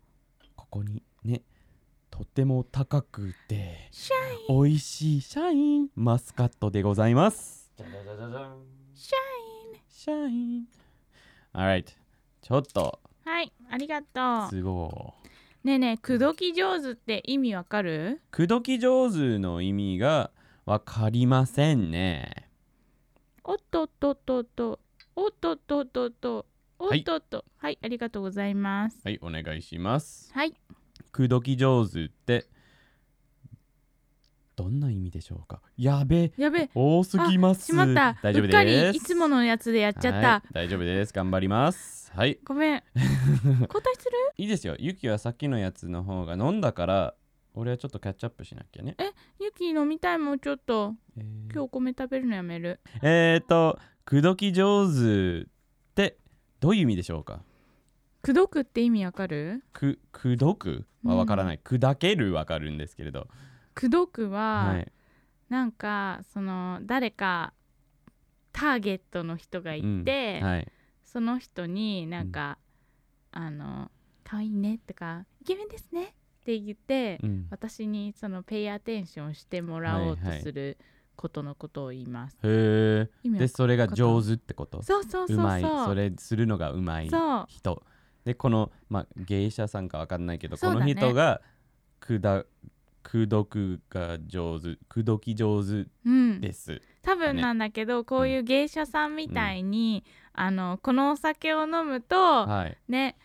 [SPEAKER 1] ここにねとても高くて
[SPEAKER 2] シャイ
[SPEAKER 1] 美味しいシャインマスカットでございますじゃじゃじゃじゃじゃん
[SPEAKER 2] シャ
[SPEAKER 1] シャイン Alright ちょっと
[SPEAKER 2] イはいありがとう
[SPEAKER 1] すごい
[SPEAKER 2] ねえねえ口説き上手って意味わかる
[SPEAKER 1] 口説き上手の意味がわかりませんね
[SPEAKER 2] おっとっとっとっとおっとっとっとっとおっとっとはい、ありがとうございます
[SPEAKER 1] はいお願いします
[SPEAKER 2] はい
[SPEAKER 1] 口説き上手ってどんな意味でしょうかやべ
[SPEAKER 2] やべえ
[SPEAKER 1] 多すぎます
[SPEAKER 2] しまった
[SPEAKER 1] 大丈夫
[SPEAKER 2] うっか
[SPEAKER 1] で
[SPEAKER 2] り
[SPEAKER 1] す
[SPEAKER 2] いつものやつでやっちゃった、
[SPEAKER 1] はい大丈夫です頑張りますはい
[SPEAKER 2] ご めん交代する
[SPEAKER 1] いいですよゆきはさっきのやつの方が飲んだから俺はちょっとキャッチアップしなきゃね
[SPEAKER 2] ゆき飲みたいもんちょっと
[SPEAKER 1] えー
[SPEAKER 2] 今日お米食べるのやめる
[SPEAKER 1] えーと口説き上手ってどういう意味でしょうか
[SPEAKER 2] 口説くって意味わかる
[SPEAKER 1] く口説くはわからない、砕けるわかるんですけれど
[SPEAKER 2] 口説くは、
[SPEAKER 1] はい
[SPEAKER 2] なんかその誰かターゲットの人がいて、
[SPEAKER 1] はい
[SPEAKER 2] その人になんか、あの可愛いねとかイケメンですねって言って、
[SPEAKER 1] うん
[SPEAKER 2] 私にそのペイアテンションしてもらおうとすることのことを言います、
[SPEAKER 1] へ
[SPEAKER 2] 意
[SPEAKER 1] え
[SPEAKER 2] 味
[SPEAKER 1] で
[SPEAKER 2] わ
[SPEAKER 1] それが上手ってこと
[SPEAKER 2] そうそうそうそう
[SPEAKER 1] うまいそれするのがうまい
[SPEAKER 2] そう
[SPEAKER 1] 人でこの、まあ、芸者さんかわかんないけど、
[SPEAKER 2] そうだ
[SPEAKER 1] この
[SPEAKER 2] ね
[SPEAKER 1] 人がくだ口説くが上手口説き上手
[SPEAKER 2] うん
[SPEAKER 1] です、
[SPEAKER 2] 多分なんだけど、こういう芸者さんみたいに、あのこのお酒を飲むと
[SPEAKER 1] はい
[SPEAKER 2] ね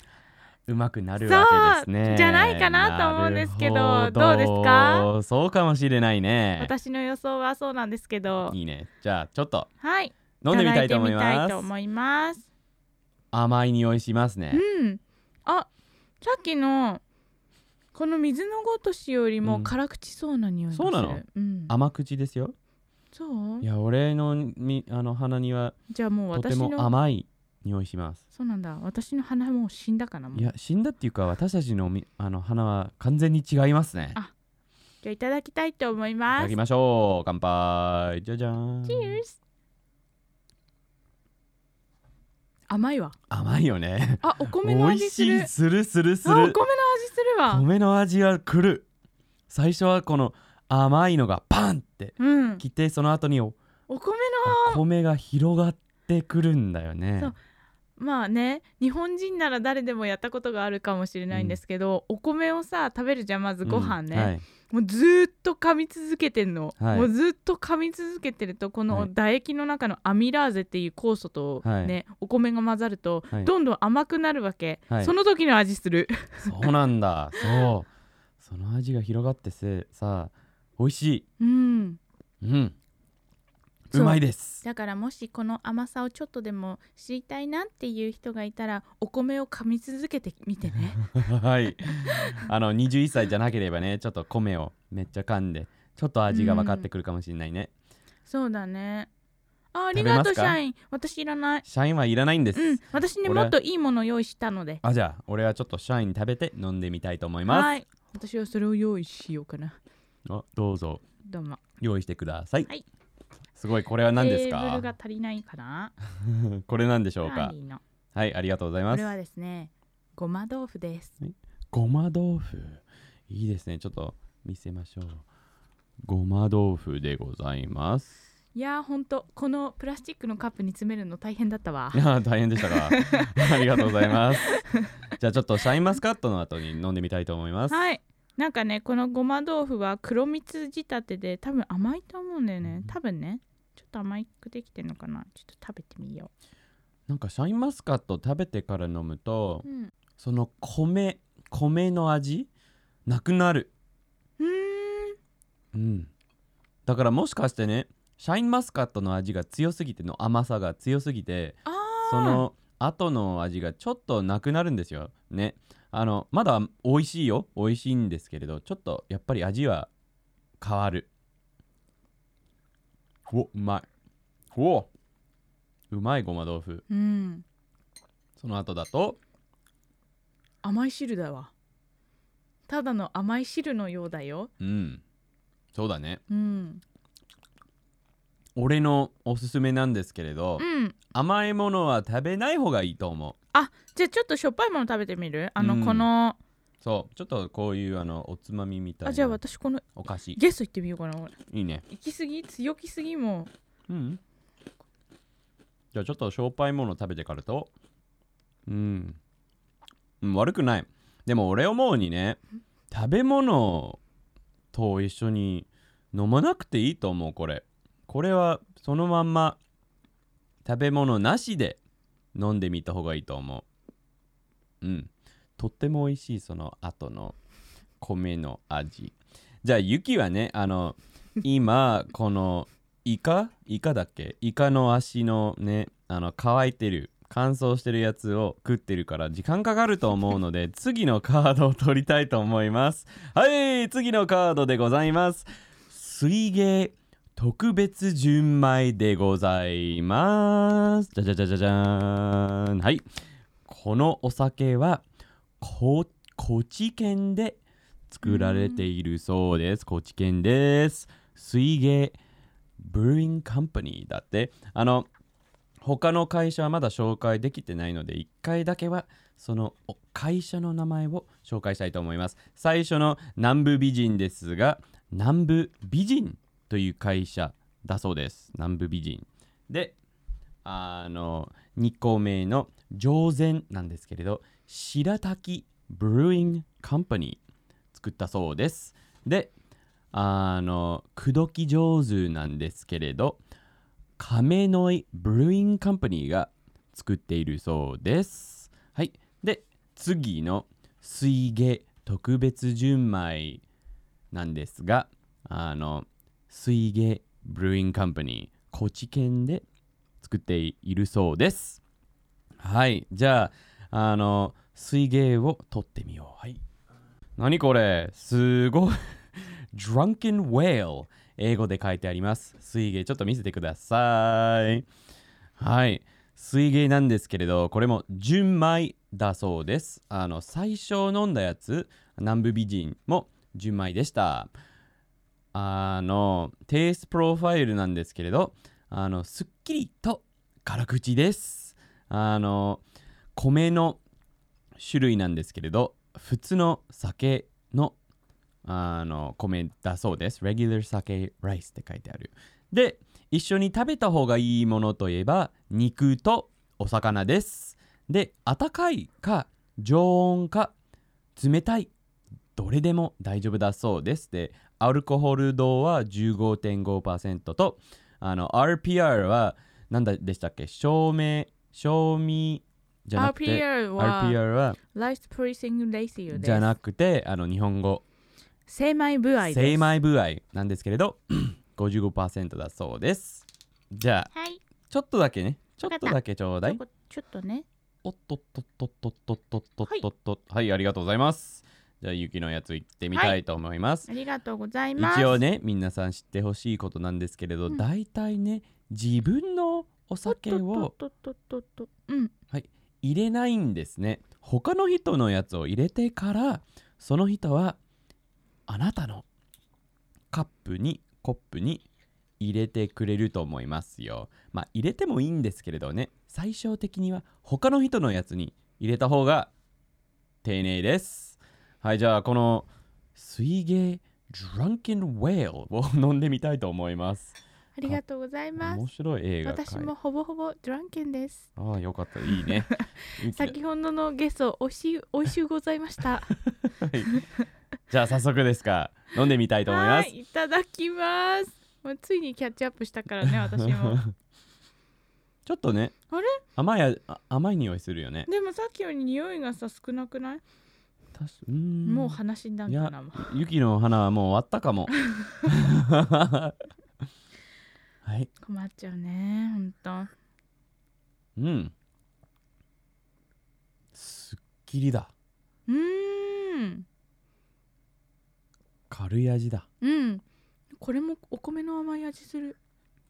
[SPEAKER 1] うまくなる
[SPEAKER 2] そう
[SPEAKER 1] わけですね
[SPEAKER 2] じゃないかなと思うんですけど
[SPEAKER 1] なるほ
[SPEAKER 2] どうですか
[SPEAKER 1] そうかもしれないね
[SPEAKER 2] 私の予想はそうなんですけど
[SPEAKER 1] いいねじゃあちょっと
[SPEAKER 2] はい
[SPEAKER 1] 飲んでみたいと思い
[SPEAKER 2] ただ
[SPEAKER 1] ま
[SPEAKER 2] てみたい
[SPEAKER 1] す
[SPEAKER 2] と思います
[SPEAKER 1] 甘い匂いしますね
[SPEAKER 2] うんあさっきのこの水のごとしより
[SPEAKER 1] う
[SPEAKER 2] も
[SPEAKER 1] ん
[SPEAKER 2] 辛口そうな匂いがする、
[SPEAKER 1] そうなの
[SPEAKER 2] うん、
[SPEAKER 1] 甘口ですよ
[SPEAKER 2] そう
[SPEAKER 1] いや俺のみあの鼻には
[SPEAKER 2] じゃあもう
[SPEAKER 1] とて
[SPEAKER 2] 私
[SPEAKER 1] も
[SPEAKER 2] の
[SPEAKER 1] 甘い匂いします
[SPEAKER 2] そうなんだ私の鼻もう死んだかなもう
[SPEAKER 1] いや死んだっていうか私たちのみあの鼻は完全に違いますね
[SPEAKER 2] あじゃあいただきたいと思い
[SPEAKER 1] いた
[SPEAKER 2] ま
[SPEAKER 1] だ
[SPEAKER 2] す
[SPEAKER 1] きましょう乾杯じゃじゃーん
[SPEAKER 2] Cheers 甘いわ
[SPEAKER 1] 甘いよね
[SPEAKER 2] あお米
[SPEAKER 1] 美
[SPEAKER 2] の味
[SPEAKER 1] 味
[SPEAKER 2] す
[SPEAKER 1] し
[SPEAKER 2] る
[SPEAKER 1] いするするす
[SPEAKER 2] あお米の
[SPEAKER 1] る
[SPEAKER 2] 味するわ
[SPEAKER 1] 米の味はくる最初はこの甘いのがパンって
[SPEAKER 2] うん
[SPEAKER 1] きてその後にお
[SPEAKER 2] お米の
[SPEAKER 1] 米が広がってくるんだよね
[SPEAKER 2] そうまあね日本人なら誰でもやったことがあるかもしれないんですけど、お米をさ食べるじゃんまずご飯ね、
[SPEAKER 1] うんはい
[SPEAKER 2] もうずーっと噛み続けてんの、
[SPEAKER 1] はい
[SPEAKER 2] もうずっと噛み続けてるとこ
[SPEAKER 1] は
[SPEAKER 2] の
[SPEAKER 1] い
[SPEAKER 2] 唾液の中のアミラーゼっていう酵素とね、お米が混ざると
[SPEAKER 1] はい
[SPEAKER 2] どんどん甘くなるわけ、
[SPEAKER 1] はい
[SPEAKER 2] その時の味す る
[SPEAKER 1] そうなんだそうその味が広がってせさ美味しい
[SPEAKER 2] うん
[SPEAKER 1] うん
[SPEAKER 2] そう
[SPEAKER 1] うまいです
[SPEAKER 2] だからもしこの甘さをちょっとでも知りたいなっていう人がいたらお米を噛み続けてみて ね
[SPEAKER 1] はい。あの21歳じゃなければね、ちょっと米をめっちゃ噛んで、ちょっと味が分かってくるかもしれないね。
[SPEAKER 2] そうだねああり
[SPEAKER 1] 食べ
[SPEAKER 2] が
[SPEAKER 1] ま
[SPEAKER 2] と
[SPEAKER 1] す
[SPEAKER 2] う
[SPEAKER 1] か
[SPEAKER 2] シャイン私いらない
[SPEAKER 1] シャインはいらないんです。
[SPEAKER 2] うん私ね
[SPEAKER 1] 俺
[SPEAKER 2] もっといいもの用意したので
[SPEAKER 1] あ、じゃあ俺はちょっとシャイン食べて飲んでみたいと思います。
[SPEAKER 2] はい私はそれを用意しようかな
[SPEAKER 1] あ、どうぞ
[SPEAKER 2] どうも
[SPEAKER 1] 用意してください。
[SPEAKER 2] はい
[SPEAKER 1] すごいこれは何です
[SPEAKER 2] テーブ
[SPEAKER 1] か
[SPEAKER 2] ルが足りないかな
[SPEAKER 1] これなんでしょう
[SPEAKER 2] ハン
[SPEAKER 1] か
[SPEAKER 2] ディの
[SPEAKER 1] はい、ありがとうござい
[SPEAKER 2] こ
[SPEAKER 1] ま
[SPEAKER 2] れ
[SPEAKER 1] す
[SPEAKER 2] は。ですねごま豆腐です
[SPEAKER 1] ごま豆腐。いいですね。ちょっと見せましょう。ごま豆腐でございます。
[SPEAKER 2] いやーほんとこのプラスチックのカップに詰めるの大変だったわ
[SPEAKER 1] いやー大変でしたか。ありがとうございます。じゃあちょっとシャインマスカットの後に飲んでみたいと思います。
[SPEAKER 2] はいなんかねこのごま豆腐は黒蜜仕立てで多分甘いと思うんだよね多分ねちょっと甘くできてるのかなちょっと食べてみよ
[SPEAKER 1] なんかシャインマスカット食べてから飲むと
[SPEAKER 2] う、うん、う
[SPEAKER 1] その米米の味なくなる。
[SPEAKER 2] ーん
[SPEAKER 1] うん。だからもしかしてねシャインマスカットの味が強すぎての甘さが強すぎて
[SPEAKER 2] あー
[SPEAKER 1] その後の味がちょっとなくなるんですよねあのまだ美味しいよ美味しいんですけれどちょっとやっぱり味は変わるおうまいおうまいごま豆腐
[SPEAKER 2] うん
[SPEAKER 1] その後だと
[SPEAKER 2] 甘い汁だわただの甘い汁のようだよ
[SPEAKER 1] うんそうだね
[SPEAKER 2] うん
[SPEAKER 1] 俺のおすすめなんですけれど
[SPEAKER 2] うん
[SPEAKER 1] 甘いものは食べない方がいいと思う
[SPEAKER 2] じゃあちょっとしょっぱいもの食べてみるあの、
[SPEAKER 1] うん
[SPEAKER 2] この
[SPEAKER 1] そうちょっとこういうあのおつまみみた
[SPEAKER 2] あ
[SPEAKER 1] い
[SPEAKER 2] じゃあ
[SPEAKER 1] な
[SPEAKER 2] 私この
[SPEAKER 1] お菓子
[SPEAKER 2] ゲスト行ってみようかな俺
[SPEAKER 1] いいね
[SPEAKER 2] 行き過ぎ強気すぎも
[SPEAKER 1] うん。じゃあちょっとしょっぱいもの食べてからと。うん。うん、悪くない。でも俺思うにね、食べ物と一緒に飲まなくていいと思う、これ。これはそのまんま食べ物なしで飲んでみた方がいいと思う。うん。とっても美味しい、その後の米の味。じゃあ、ユキはね、あの、今、このイカイカだっけイカの足のねあの乾いてる乾燥してるやつを食ってるから時間かかると思うので 次のカードを取りたいと思いますはい次のカードでございます水芸特別純米でございますじゃじゃじゃじゃじゃーんはいこのお酒はこ高知県で作られているそうです高知県です水芸ブ e イングカンパニーだってあの他の会社はまだ紹介できてないので1回だけはそのお会社の名前を紹介したいと思います最初の南部美人ですが南部美人という会社だそうです南部美人であの2個目の上善なんですけれど白滝ブルーイングカンパニー作ったそうですであの口説き上手なんですけれど亀の井ブルーイングカンパニーが作っているそうですはいで次の水芸特別純米なんですがあの水芸ブルーイングカンパニー高知県で作っているそうですはいじゃああの水芸を取ってみようはい何これすごい Drunken Whale 英語で書いてあります水芸ちょっと見せてくださいはい水芸なんですけれどこれも純米だそうですあの最初飲んだやつ南部美人も純米でしたあのテイストプロファイルなんですけれどあのすっきりと辛口ですあの米の種類なんですけれど普通の酒のあの米だそうです。regular sake rice って書いてある。で、一緒に食べた方がいいものといえば肉とお魚です。で、温かいか常温か冷たいどれでも大丈夫だそうです。で、アルコール度は15.5%とあの RPR は何だでしたっけ証明証味じゃなくて
[SPEAKER 2] RPR は
[SPEAKER 1] RPR は
[SPEAKER 2] ライスプリシングレイシオです
[SPEAKER 1] じゃなくてあの日本語
[SPEAKER 2] 精米部合です
[SPEAKER 1] 精米部合なんですけれど55%だそうですじゃあ
[SPEAKER 2] はい
[SPEAKER 1] ちょっとだけねちょっ
[SPEAKER 2] わか
[SPEAKER 1] と
[SPEAKER 2] った
[SPEAKER 1] だけちょうだい
[SPEAKER 2] ちょこちょっとね
[SPEAKER 1] おっとっとっとっとっとっとっとっとっとはい、ありがとうございますじゃあゆきのやつ行ってみたいと思います、
[SPEAKER 2] ありがとうございます
[SPEAKER 1] 一応ね皆さん知ってほしいことなんですけれど、
[SPEAKER 2] うん
[SPEAKER 1] 大体ね自分のお酒を
[SPEAKER 2] とっとっとっとっとっとっとうん
[SPEAKER 1] 入れないんですね他の人のやつを入れてからその人はあなたのカップにコップに入れてくれると思いますよまあ入れてもいいんですけれどね最終的には他の人のやつに入れた方が丁寧ですはいじゃあこの水芸 Drunken Whale を飲んでみたいと思います
[SPEAKER 2] ありがとうございます
[SPEAKER 1] 面白い映画界
[SPEAKER 2] 私もほぼほぼドランケンです
[SPEAKER 1] ああよかったい いねゆき
[SPEAKER 2] 先ほどのゲソおいしいおいしゅうございました
[SPEAKER 1] はいじゃあ早速ですか飲んでみたいと思います
[SPEAKER 2] はいいただきますもうついにキャッチアップしたから ね私も
[SPEAKER 1] ちょっとね
[SPEAKER 2] あれ
[SPEAKER 1] 甘いあ甘い匂いするよね
[SPEAKER 2] でもさっきより匂いがさ少なくない、
[SPEAKER 1] 確かうーん
[SPEAKER 2] もう話になるかなもう
[SPEAKER 1] ゆきの花はもう終わっ たかもはい
[SPEAKER 2] 困っちゃうねほんと
[SPEAKER 1] うんすっきりだ
[SPEAKER 2] うーん
[SPEAKER 1] 軽い味だ
[SPEAKER 2] うんこれもお米の甘い味する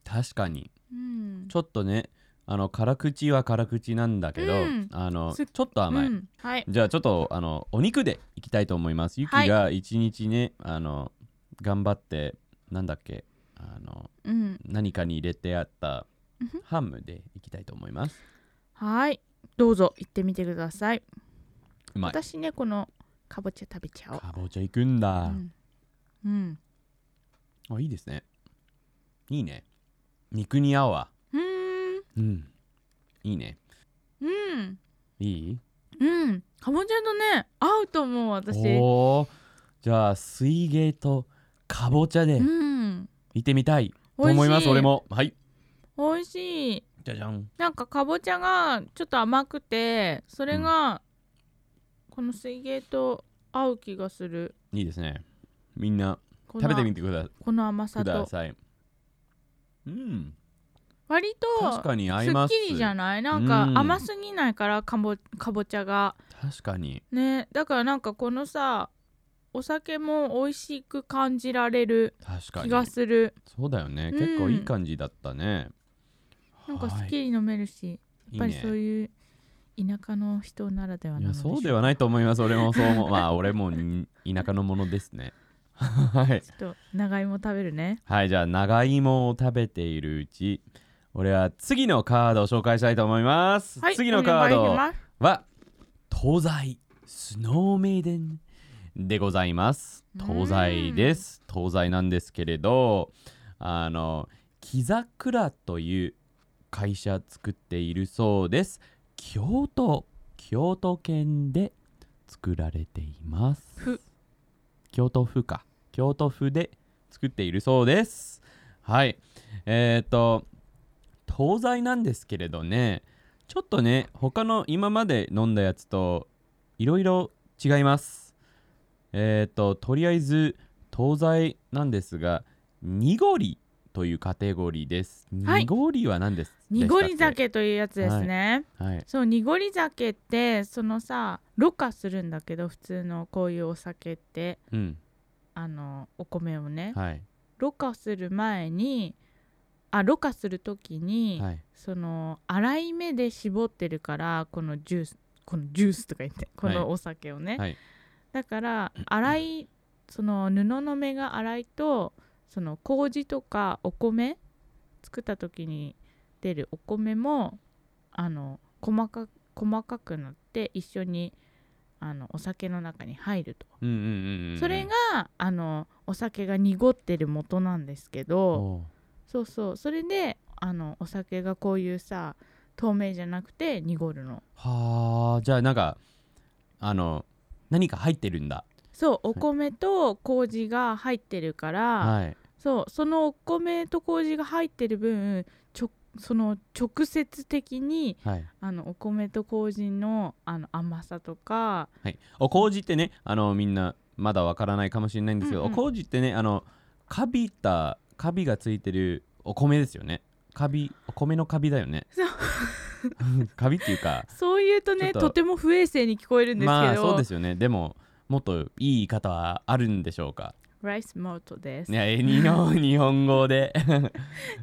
[SPEAKER 1] 確かに
[SPEAKER 2] うん
[SPEAKER 1] ちょっとねあの辛口は辛口なんだけど、
[SPEAKER 2] うん
[SPEAKER 1] あのち
[SPEAKER 2] す
[SPEAKER 1] ょっと甘い、
[SPEAKER 2] うんはい
[SPEAKER 1] じゃあちょっとあのお肉でいきたいと思いますゆき
[SPEAKER 2] はい
[SPEAKER 1] が一日ね、あの頑張ってなんだっけあの
[SPEAKER 2] うん
[SPEAKER 1] 何かに入れてあった
[SPEAKER 2] うんふん
[SPEAKER 1] ハムでいきたいと思います
[SPEAKER 2] はいどうぞ行ってみてくださいう
[SPEAKER 1] まい
[SPEAKER 2] 私ねこのかぼちゃ食べちゃおう
[SPEAKER 1] かぼちゃいくんだ、
[SPEAKER 2] うん、うん
[SPEAKER 1] あいいですねいいね肉に合うわ
[SPEAKER 2] うーん
[SPEAKER 1] うんいいね
[SPEAKER 2] うん
[SPEAKER 1] いい
[SPEAKER 2] うんかぼちゃとね合うと思う私
[SPEAKER 1] おーじゃあ水芸とかぼちゃで
[SPEAKER 2] うん
[SPEAKER 1] 行ってみたいと
[SPEAKER 2] 美味し
[SPEAKER 1] 思います
[SPEAKER 2] い
[SPEAKER 1] 俺もはい
[SPEAKER 2] 美味しい
[SPEAKER 1] じゃじゃん
[SPEAKER 2] なんかかぼちゃがちょっと甘くてそれがこの水芸と合う気がする
[SPEAKER 1] いいですねみんな
[SPEAKER 2] この
[SPEAKER 1] 食べてみてくだ
[SPEAKER 2] この甘さ
[SPEAKER 1] くだ
[SPEAKER 2] と
[SPEAKER 1] さいうん
[SPEAKER 2] 割と
[SPEAKER 1] 確かに合
[SPEAKER 2] す
[SPEAKER 1] いま
[SPEAKER 2] っ
[SPEAKER 1] す
[SPEAKER 2] きりじゃないなんか
[SPEAKER 1] うん
[SPEAKER 2] 甘すぎないからかぼかぼちゃが
[SPEAKER 1] 確かに
[SPEAKER 2] ねだからなんかこのさお酒も美味しく感じられる気
[SPEAKER 1] 確か
[SPEAKER 2] が
[SPEAKER 1] に
[SPEAKER 2] する
[SPEAKER 1] そうだよね、
[SPEAKER 2] うん
[SPEAKER 1] 結構いい感じだったね
[SPEAKER 2] なんかすっ
[SPEAKER 1] はい
[SPEAKER 2] きり飲めるし、やっぱり
[SPEAKER 1] いいね
[SPEAKER 2] そういう田舎の人ならでは
[SPEAKER 1] い
[SPEAKER 2] なの
[SPEAKER 1] や
[SPEAKER 2] でしょ
[SPEAKER 1] そうではないと思います俺もそう 思うまあ俺もに田舎のものですね はい
[SPEAKER 2] ちょっと長芋食べるね
[SPEAKER 1] はいじゃあ長芋を食べているうち俺は次のカードを紹介したいと思います、
[SPEAKER 2] はい
[SPEAKER 1] 次のカー
[SPEAKER 2] お
[SPEAKER 1] ド
[SPEAKER 2] 願いします
[SPEAKER 1] は東西スノーメイデンでございます東西です東西なんですけれどあのキザクラという会社作っているそうです京都京都県で作られています
[SPEAKER 2] ふ
[SPEAKER 1] 京都府か京都府で作っているそうですはいえっ、と東西なんですけれどねちょっとね他の今まで飲んだやつといろいろ違いますえっ、ととりあえず東西なんですが濁りというカテゴリーです
[SPEAKER 2] はい
[SPEAKER 1] 濁りは何です
[SPEAKER 2] 濁り酒というやつですね、
[SPEAKER 1] はい
[SPEAKER 2] そう濁り酒ってそのさろ過するんだけど普通のこういうお酒って
[SPEAKER 1] うん
[SPEAKER 2] あのお米をね、
[SPEAKER 1] はい
[SPEAKER 2] ろ過する前にあろ過する時に、
[SPEAKER 1] はい
[SPEAKER 2] その洗い目で絞ってるからこのジュースこのジュースとか言ってこのお酒をね、
[SPEAKER 1] はい
[SPEAKER 2] だから洗いその布の目が洗いとその麹とかお米作った時に出るお米もあの細か細かくなって一緒にあのお酒の中に入ると、
[SPEAKER 1] うんうんうんうん
[SPEAKER 2] それがあのお酒が濁ってる元なんですけど、
[SPEAKER 1] おう
[SPEAKER 2] そうそうそれであのお酒がこういうさ透明じゃなくて濁るの
[SPEAKER 1] はあじゃあなんかあの何か入ってるんだ
[SPEAKER 2] そうお米と麹が入ってるから、
[SPEAKER 1] はい
[SPEAKER 2] そうそのお米と麹が入ってる分ちょその直接的に
[SPEAKER 1] はい
[SPEAKER 2] あのお米と麹のあの甘さとか
[SPEAKER 1] はい、お麹ってねあのみんなまだわからないかもしれないんですけど、
[SPEAKER 2] うんうん
[SPEAKER 1] お麹ってねあのカビたカビがついてるお米ですよねカビお米のカビだよね
[SPEAKER 2] そう
[SPEAKER 1] カビっていうか
[SPEAKER 2] そういうとね
[SPEAKER 1] ち
[SPEAKER 2] と
[SPEAKER 1] ょっと
[SPEAKER 2] ても不衛生に聞こえるんですけど、
[SPEAKER 1] まあそうですよねでももっといい言い方はあるんでしょうか
[SPEAKER 2] ライスモートです、
[SPEAKER 1] いやえ日 本日本語で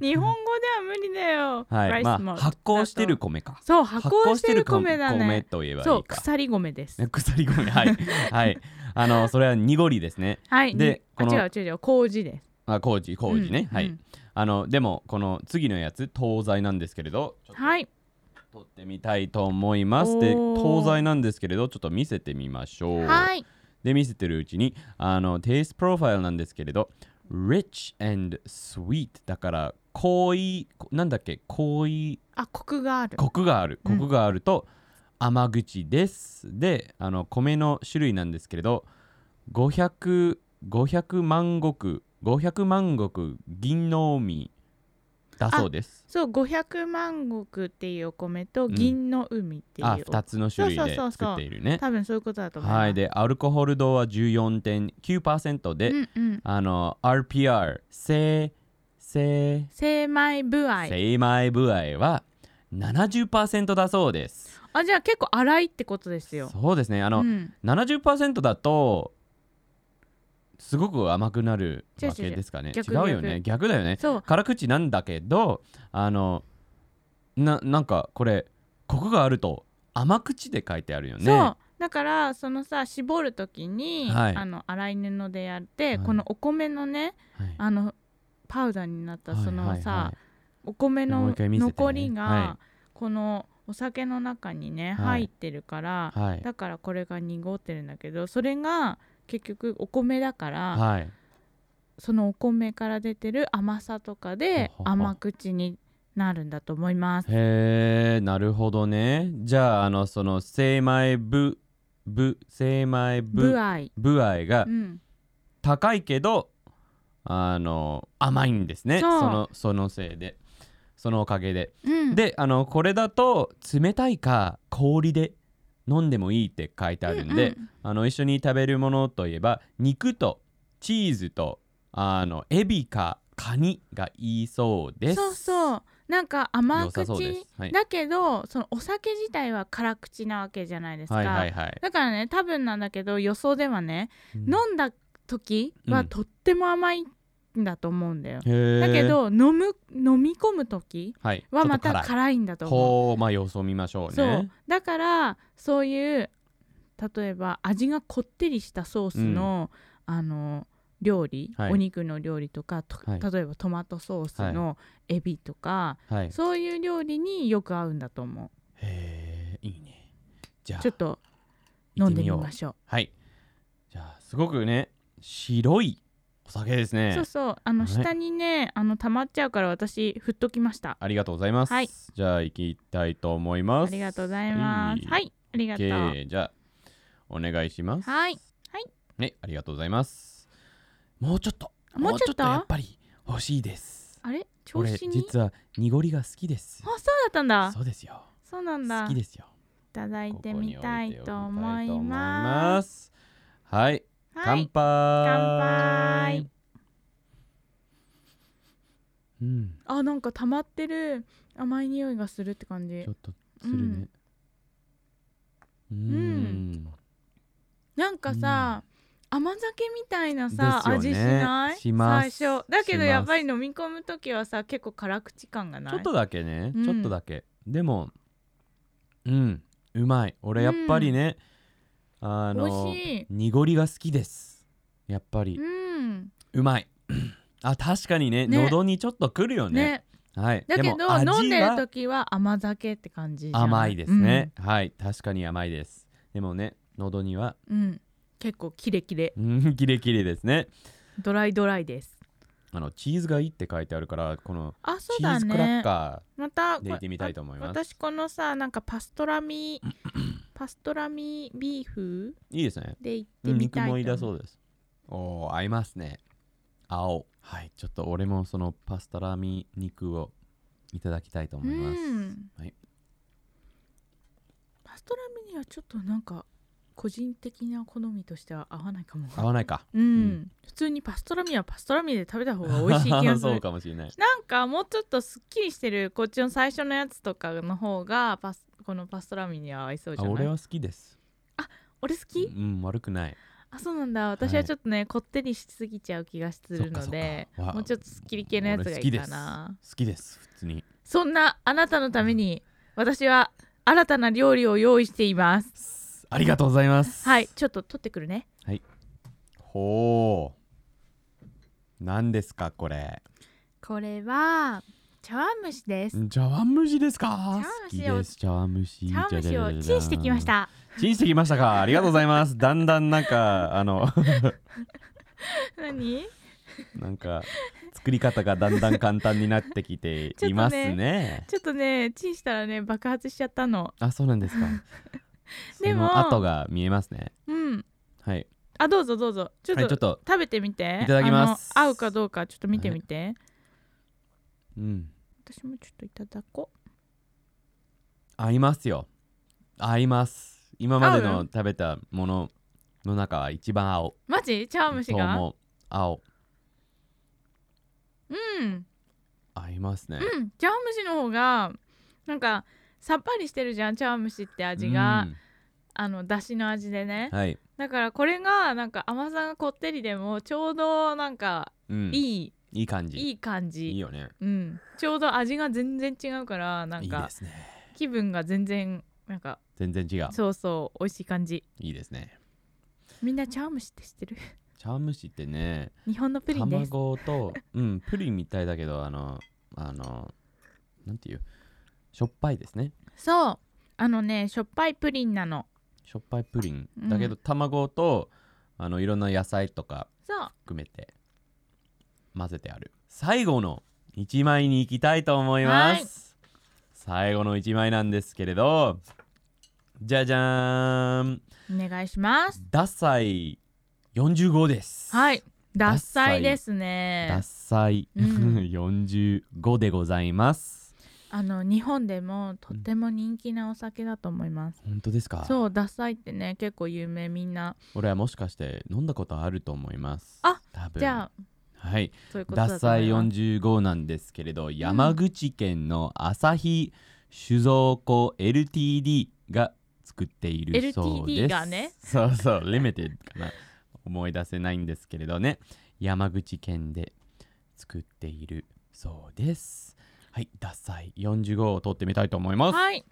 [SPEAKER 2] 日本語では無理だよ、
[SPEAKER 1] は
[SPEAKER 2] ライス
[SPEAKER 1] いま
[SPEAKER 2] モ
[SPEAKER 1] あ
[SPEAKER 2] ート
[SPEAKER 1] 発酵してる米か
[SPEAKER 2] そう発酵してる
[SPEAKER 1] 発
[SPEAKER 2] 米だ
[SPEAKER 1] 米
[SPEAKER 2] ね
[SPEAKER 1] といえばいいか
[SPEAKER 2] そう鎖米です
[SPEAKER 1] ね鎖米はいはいあのそれは濁りですね
[SPEAKER 2] はい。
[SPEAKER 1] で
[SPEAKER 2] で、あ
[SPEAKER 1] この
[SPEAKER 2] 違う違う違う、麹です。
[SPEAKER 1] あ麹麹ね、
[SPEAKER 2] うん
[SPEAKER 1] はい、
[SPEAKER 2] うん
[SPEAKER 1] あのでもこの次のやつ東西なんですけれどちょっと
[SPEAKER 2] はい。
[SPEAKER 1] 取ってみたいと思いますで
[SPEAKER 2] おー
[SPEAKER 1] 東西なんですけれどちょっと見せてみましょう、
[SPEAKER 2] はい。
[SPEAKER 1] で見せてるうちにあのテイストプロファイルなんですけれど rich and sweet だから濃いなんだっけ濃い
[SPEAKER 2] あコクがある
[SPEAKER 1] コクがある
[SPEAKER 2] う
[SPEAKER 1] コ
[SPEAKER 2] ん
[SPEAKER 1] クがあると甘口です、であの米の種類なんですけれど500 500万石500万石銀の海だそうです
[SPEAKER 2] そう500万石っていうお米と
[SPEAKER 1] ん
[SPEAKER 2] 銀の海っていう、
[SPEAKER 1] あ2つの種類で
[SPEAKER 2] そうそうそうそう
[SPEAKER 1] 作っているね
[SPEAKER 2] 多分そういうことだと思います
[SPEAKER 1] はいでアルコール度は14.9%で、
[SPEAKER 2] うんうん
[SPEAKER 1] あの RPR 精精
[SPEAKER 2] 精米部合
[SPEAKER 1] 精米部合は70%だそうです
[SPEAKER 2] あじゃあ結構粗いってことですよ
[SPEAKER 1] そうですねあの、
[SPEAKER 2] うん
[SPEAKER 1] 70%だとすごく甘くなるわけですかね
[SPEAKER 2] 違
[SPEAKER 1] 違
[SPEAKER 2] う違
[SPEAKER 1] う
[SPEAKER 2] う逆
[SPEAKER 1] よね逆だよね
[SPEAKER 2] そう
[SPEAKER 1] 辛口なんだけどあのななんかこれコクがあると甘口で書いてあるよね
[SPEAKER 2] そうだからそのさ絞る時に、
[SPEAKER 1] はい
[SPEAKER 2] あの粗い布でやって、
[SPEAKER 1] はい
[SPEAKER 2] このお米のね
[SPEAKER 1] はい
[SPEAKER 2] あのパウダーになったその
[SPEAKER 1] はい
[SPEAKER 2] さ、
[SPEAKER 1] はいはい
[SPEAKER 2] お米
[SPEAKER 1] もう
[SPEAKER 2] の
[SPEAKER 1] 一回見せてね
[SPEAKER 2] 残りが、
[SPEAKER 1] は
[SPEAKER 2] このお酒の中にね
[SPEAKER 1] はい
[SPEAKER 2] 入ってるから、
[SPEAKER 1] はい
[SPEAKER 2] だからこれが濁ってるんだけどそれが結局お米だから、
[SPEAKER 1] はい
[SPEAKER 2] そのお米から出てる甘さとかで
[SPEAKER 1] ほほほ
[SPEAKER 2] 甘口になるんだと思います。
[SPEAKER 1] へえなるほどねじゃああのその精米部部精米
[SPEAKER 2] 部
[SPEAKER 1] 部
[SPEAKER 2] 合、
[SPEAKER 1] 部合が
[SPEAKER 2] うん、
[SPEAKER 1] 高いけどあの甘いんですね
[SPEAKER 2] そう
[SPEAKER 1] そのそのせいでそのおかげで、
[SPEAKER 2] うん、
[SPEAKER 1] であのこれだと冷たいか氷で飲んでもいいって書いてあるんで、
[SPEAKER 2] うん
[SPEAKER 1] あの一緒に食べるものといえば肉とチーズとあのエビかカニがいいそうです
[SPEAKER 2] そう
[SPEAKER 1] う
[SPEAKER 2] そうなんか甘
[SPEAKER 1] 良さそうで
[SPEAKER 2] 口
[SPEAKER 1] すはい
[SPEAKER 2] だけどそのお酒自体は辛口なわけじゃないですか、
[SPEAKER 1] はいはいはい
[SPEAKER 2] だからね多分なんだけど予想ではね、
[SPEAKER 1] うん
[SPEAKER 2] 飲んだ時
[SPEAKER 1] う
[SPEAKER 2] は
[SPEAKER 1] ん
[SPEAKER 2] とっても甘いんだと思うんだよ、
[SPEAKER 1] へえ
[SPEAKER 2] だけ、ど飲む飲み込む時
[SPEAKER 1] はい、
[SPEAKER 2] はまた
[SPEAKER 1] ちょっと辛い
[SPEAKER 2] 辛いんだと思う
[SPEAKER 1] ほうまあ様子を見ましょうね
[SPEAKER 2] そうだからそういう例えば味がこってりしたソースの、あの料理、
[SPEAKER 1] はい
[SPEAKER 2] お肉の料理とかと
[SPEAKER 1] はい
[SPEAKER 2] 例えばトマトソースのエビとか、
[SPEAKER 1] はい
[SPEAKER 2] そういう料理によく合うんだと思
[SPEAKER 1] へえいいねじゃあ
[SPEAKER 2] うちょっと飲
[SPEAKER 1] 行っ
[SPEAKER 2] ん
[SPEAKER 1] て
[SPEAKER 2] で
[SPEAKER 1] み
[SPEAKER 2] み
[SPEAKER 1] よう
[SPEAKER 2] ましょ
[SPEAKER 1] はい。じゃあすごくね白いお酒です
[SPEAKER 2] う、
[SPEAKER 1] ね。
[SPEAKER 2] そうそうあの
[SPEAKER 1] はい
[SPEAKER 2] 下にね、あの溜まっちゃうから私振っときました
[SPEAKER 1] ありがとうございます。
[SPEAKER 2] はい
[SPEAKER 1] じゃあ行きたいと思い
[SPEAKER 2] あ
[SPEAKER 1] ます。
[SPEAKER 2] りがとうございますはい、ありがとう
[SPEAKER 1] OK じゃあお願いします。
[SPEAKER 2] はい
[SPEAKER 1] ねありがとうございます。もうちょっと
[SPEAKER 2] もうちょっと
[SPEAKER 1] やっぱり欲しいです。
[SPEAKER 2] あれ調
[SPEAKER 1] 俺
[SPEAKER 2] 子に
[SPEAKER 1] 実は濁りが好きです
[SPEAKER 2] あ。そうだったんだ
[SPEAKER 1] そうですよ。
[SPEAKER 2] そうなんだ
[SPEAKER 1] 好き
[SPEAKER 2] い
[SPEAKER 1] ですよ。
[SPEAKER 2] ただい
[SPEAKER 1] こ
[SPEAKER 2] て
[SPEAKER 1] こに
[SPEAKER 2] み
[SPEAKER 1] 置
[SPEAKER 2] たい
[SPEAKER 1] ておき
[SPEAKER 2] と思います
[SPEAKER 1] す。はい、
[SPEAKER 2] は
[SPEAKER 1] 乾
[SPEAKER 2] い
[SPEAKER 1] 杯。
[SPEAKER 2] 乾杯。
[SPEAKER 1] うん。
[SPEAKER 2] あなんか溜まってる甘い匂いがするって感じ
[SPEAKER 1] ちょっとするね。うーん。
[SPEAKER 2] なんかさ、甘酒みたいなさ、
[SPEAKER 1] です
[SPEAKER 2] 味
[SPEAKER 1] よ
[SPEAKER 2] し
[SPEAKER 1] ね
[SPEAKER 2] ない
[SPEAKER 1] します
[SPEAKER 2] 最初だけど
[SPEAKER 1] します
[SPEAKER 2] やっぱり飲み込む時はさ結構辛口感がない
[SPEAKER 1] ちょっとだけね、
[SPEAKER 2] うん
[SPEAKER 1] ちょっとだけ。でも、うん、うまい。俺やっぱりね、あの
[SPEAKER 2] 美味しい、
[SPEAKER 1] 濁りが好きです。やっぱり、
[SPEAKER 2] うん
[SPEAKER 1] うまい。あ、確かにね、
[SPEAKER 2] ね
[SPEAKER 1] 喉にちょっとくるよね。
[SPEAKER 2] ね
[SPEAKER 1] はい。
[SPEAKER 2] だけ
[SPEAKER 1] も
[SPEAKER 2] ど飲んでる
[SPEAKER 1] 味は
[SPEAKER 2] 時は甘酒って感じじゃん
[SPEAKER 1] 甘いですね、。はい、確かに甘いです。でもね、喉には、
[SPEAKER 2] うん、うん結構キレキレ
[SPEAKER 1] うん、キレキレですね。
[SPEAKER 2] ドライドライです
[SPEAKER 1] あの、チーズがいいって書いてあるから、この、
[SPEAKER 2] あそう
[SPEAKER 1] チー
[SPEAKER 2] だ
[SPEAKER 1] ズクラ
[SPEAKER 2] ね
[SPEAKER 1] ッカ
[SPEAKER 2] また
[SPEAKER 1] ーでいってみたいと思います。
[SPEAKER 2] 私このさなんかパストラ ミパストラミビーフ
[SPEAKER 1] いいですね。
[SPEAKER 2] で行って
[SPEAKER 1] うん
[SPEAKER 2] み
[SPEAKER 1] 肉
[SPEAKER 2] たいと思う、
[SPEAKER 1] もいいだそうです。おお、合いますね。青。はい、ちょっと俺もそのパスタラミ肉をいただきたいと思います。
[SPEAKER 2] うん
[SPEAKER 1] はい
[SPEAKER 2] パストラミにはちょっとなんか個人的な好みとしては合わないかも
[SPEAKER 1] 合わないか。
[SPEAKER 2] うん、
[SPEAKER 1] ん
[SPEAKER 2] 普通にパストラミはパストラミで食べた方が美味しい気がす
[SPEAKER 1] そ
[SPEAKER 2] る
[SPEAKER 1] うかもしれない。
[SPEAKER 2] なんかもうちょっとすっきりしてるこっちの最初のやつとかの方がパスこのパストラミには合いそうじゃ
[SPEAKER 1] あ
[SPEAKER 2] ない
[SPEAKER 1] 俺
[SPEAKER 2] 俺
[SPEAKER 1] は好きです。
[SPEAKER 2] 好き、
[SPEAKER 1] うん、悪くない。
[SPEAKER 2] あそうなんだ私はちょっとね、こってりしすぎちゃう気がするので
[SPEAKER 1] そっかそっかわ
[SPEAKER 2] もうちょっとすっきり系のやつがいいかな
[SPEAKER 1] 好きです、普通に。
[SPEAKER 2] そんなあなたのために私は新たな料理を用意しています
[SPEAKER 1] ありがとうございます。
[SPEAKER 2] はい。ちょっと取ってくるね
[SPEAKER 1] ほう。何ですか、これ。
[SPEAKER 2] これは茶碗蒸しです
[SPEAKER 1] 茶碗蒸しですか
[SPEAKER 2] 茶碗蒸しを
[SPEAKER 1] 好きです、茶碗蒸し。
[SPEAKER 2] 茶碗蒸しをチンしてきまし。た
[SPEAKER 1] チンしてきましたか。ありがとうございます。だ んだんなんか、あの、
[SPEAKER 2] 何
[SPEAKER 1] なんか作り方がだんだん簡単になってきています
[SPEAKER 2] ちょっと
[SPEAKER 1] ね。
[SPEAKER 2] ちょっとねチンしたらね爆発しちゃったの
[SPEAKER 1] あ、そうなんですか。
[SPEAKER 2] でも
[SPEAKER 1] その跡が見えますね。
[SPEAKER 2] うん
[SPEAKER 1] はい。
[SPEAKER 2] あどうぞどうぞちょっ
[SPEAKER 1] は
[SPEAKER 2] と,、
[SPEAKER 1] い、ちょっと、
[SPEAKER 2] 食べてみて
[SPEAKER 1] いただきます
[SPEAKER 2] あの合うかどうかちょっと見てみて、
[SPEAKER 1] うん、
[SPEAKER 2] 私もちょっといただこ
[SPEAKER 1] 合いますよ。合います。今まで
[SPEAKER 2] 合
[SPEAKER 1] の
[SPEAKER 2] う
[SPEAKER 1] 食べたものの中は一番青。
[SPEAKER 2] うマジ茶碗蒸し
[SPEAKER 1] と
[SPEAKER 2] が
[SPEAKER 1] 思う。青。
[SPEAKER 2] うん
[SPEAKER 1] 合いますね。
[SPEAKER 2] うん茶碗蒸しの方がなんかさっぱりしてるじゃん茶碗蒸しって味が、あのだしの味でね
[SPEAKER 1] うん。はい。
[SPEAKER 2] だからこれがなんか甘さがこってりでもちょうどなんか
[SPEAKER 1] うん、い
[SPEAKER 2] いい、
[SPEAKER 1] い感じ。
[SPEAKER 2] いい感じ
[SPEAKER 1] いいよね。
[SPEAKER 2] うん、ちょうど味が全然違うからなん
[SPEAKER 1] いい
[SPEAKER 2] か
[SPEAKER 1] ですね。
[SPEAKER 2] 気分が全然なんか
[SPEAKER 1] 全然違う。
[SPEAKER 2] そうそう美味しい感じ
[SPEAKER 1] いいですね。
[SPEAKER 2] みんな茶碗蒸しって知ってる
[SPEAKER 1] 茶碗蒸しってね、
[SPEAKER 2] 日本のプリンです
[SPEAKER 1] 卵と、うん、プリンみたいだけど、あの、あの、なんていう、しょっぱいですね。
[SPEAKER 2] そうあのねしょっぱいプリンなの
[SPEAKER 1] しょっぱいプリン。
[SPEAKER 2] うん
[SPEAKER 1] だけど、卵と、あの、いろんな野菜とか
[SPEAKER 2] そう
[SPEAKER 1] 含めて、混ぜてある。最後の1枚に行きたいと思います。最後の1枚なんですけれど、じゃじゃーん。
[SPEAKER 2] お願いします
[SPEAKER 1] ダサイ45です。
[SPEAKER 2] はい
[SPEAKER 1] ダッ
[SPEAKER 2] 脱
[SPEAKER 1] サ
[SPEAKER 2] 菜
[SPEAKER 1] イ
[SPEAKER 2] です
[SPEAKER 1] ダ
[SPEAKER 2] ね
[SPEAKER 1] サイ、
[SPEAKER 2] うん
[SPEAKER 1] 45でございます。
[SPEAKER 2] あの日本でもとっても人気なお酒だと思います、
[SPEAKER 1] 本当ですか
[SPEAKER 2] そう脱菜ってね結構有名みんな
[SPEAKER 1] 俺はもしかして飲んだことあると思います。
[SPEAKER 2] あ
[SPEAKER 1] 多分
[SPEAKER 2] じゃあ
[SPEAKER 1] はい。
[SPEAKER 2] そういうことだと
[SPEAKER 1] ダ
[SPEAKER 2] 思いま
[SPEAKER 1] サ
[SPEAKER 2] す
[SPEAKER 1] イ45なんですけれど、山口県の朝日酒造庫 LTD が作っているそうで
[SPEAKER 2] LTD
[SPEAKER 1] す。
[SPEAKER 2] がね
[SPEAKER 1] そうそう、リミテッドかな。思い出せないんですけれどね。山口県で作っているそうです。はい、ダサイ45を取ってみたいと思います。
[SPEAKER 2] はい